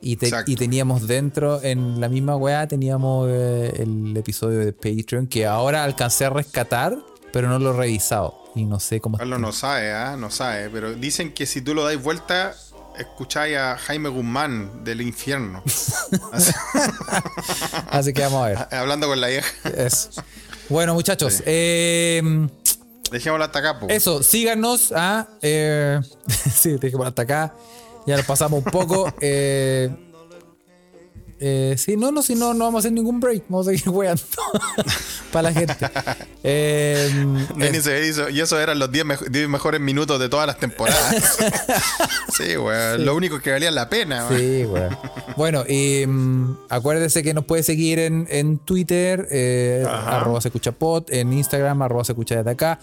Speaker 2: Y, te-
Speaker 1: Exacto.
Speaker 2: y teníamos dentro, en la misma weá, teníamos eh, el episodio de Patreon, que ahora alcancé a rescatar, pero no lo he revisado. Y no sé cómo
Speaker 1: Carlos
Speaker 2: está.
Speaker 1: no sabe, ¿ah? No sabe, pero dicen que si tú lo dais vuelta, escucháis a Jaime Guzmán del infierno. eh, Así-
Speaker 2: Así que vamos a ver.
Speaker 1: hablando con la vieja.
Speaker 2: Eso. Bueno, muchachos, eh,
Speaker 1: Dejémoslo hasta acá, po.
Speaker 2: Eso, síganos a. eh, sí, te dije por hasta acá. Ya nos pasamos un poco. eh, eh, sí, no, no, si no, no vamos a hacer ningún break. Vamos a seguir weando para la gente. Eh,
Speaker 1: Denis Severin hizo- y eso eran los 10 mejo- 10 mejores minutos de todas las temporadas. sí, weón. Lo único que valía la pena, weón.
Speaker 2: Sí, weón. Bueno, y mm, acuérdese que nos puede seguir en, en Twitter, eh, arroba se escucha pod, en Instagram, arroba se escucha desde acá,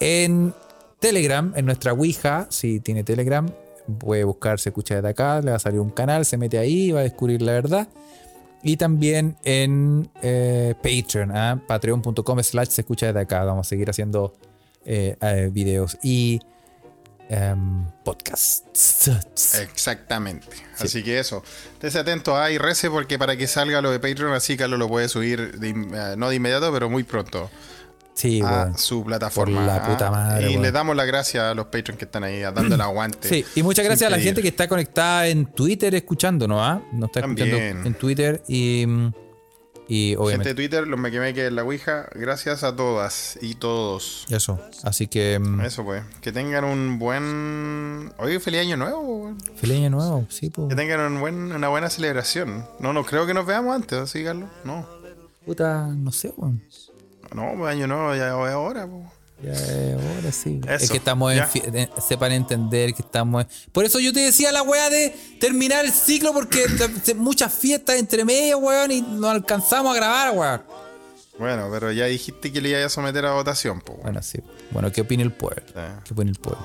Speaker 2: en Telegram, en nuestra Ouija, si tiene Telegram, puede buscar se escucha desde acá, le va a salir un canal, se mete ahí, va a descubrir la verdad. Y también en eh, Patreon, ¿ah? patreon.com slash se escucha desde acá. Vamos a seguir haciendo eh, eh, videos y em,
Speaker 1: Eh,
Speaker 2: podcasts.
Speaker 1: Exactamente. Así que eso. Estés atento a y rece porque para que salga lo de Patreon, así Carlos lo puede subir, de in- eh, no de inmediato, pero muy pronto
Speaker 2: Sí,
Speaker 1: a
Speaker 2: weón.
Speaker 1: su plataforma.
Speaker 2: Por la
Speaker 1: ¿ah?
Speaker 2: puta madre,
Speaker 1: Y
Speaker 2: weón.
Speaker 1: le damos las gracias a los Patreon que están ahí dando el aguante.
Speaker 2: Sí, y muchas gracias a la
Speaker 1: Sin
Speaker 2: gente que
Speaker 1: pedir.
Speaker 2: está conectada en Twitter escuchándonos, ¿ah? Nos está escuchando
Speaker 1: También.
Speaker 2: en Twitter y, y
Speaker 1: Gente de
Speaker 2: obviamente
Speaker 1: Twitter, los mequemeques de la Ouija, gracias a todas y todos.
Speaker 2: eso. Así que mm,
Speaker 1: Eso pues, que tengan un buen... Oye, feliz año nuevo. weón.
Speaker 2: feliz año nuevo, sí, po.
Speaker 1: Que tengan un buen, una buena celebración. No, no creo que nos veamos antes, ¿sí, Carlos? No.
Speaker 2: Puta, no sé, weón.
Speaker 1: No, pues año nuevo ya es pues. ahora. po.
Speaker 2: Ya es hora, sí.
Speaker 1: Eso,
Speaker 2: es que estamos en
Speaker 1: ya.
Speaker 2: fie- eh, sepan entender que estamos en- Por eso yo te decía la weá de terminar el ciclo porque te- muchas fiestas entre medio, weón, y no alcanzamos a grabar, weón.
Speaker 1: Bueno, pero ya dijiste que le iba a someter a votación, pues, po.
Speaker 2: Bueno, sí. Bueno, ¿qué opina el pueblo?
Speaker 1: Sí.
Speaker 2: ¿Qué opina el pueblo?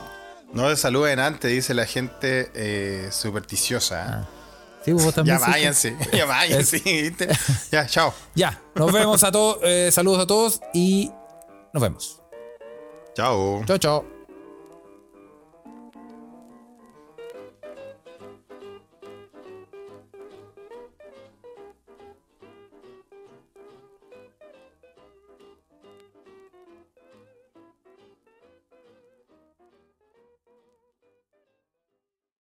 Speaker 1: No le saluden antes, dice la gente eh, supersticiosa.
Speaker 2: Sí, vos también.
Speaker 1: ya
Speaker 2: sí, sí.
Speaker 1: váyanse, ya váyanse, ¿viste? Ya, chao.
Speaker 2: Ya, nos vemos a todos. eh, saludos a todos y nos vemos.
Speaker 1: Chao.
Speaker 2: Chao, chao.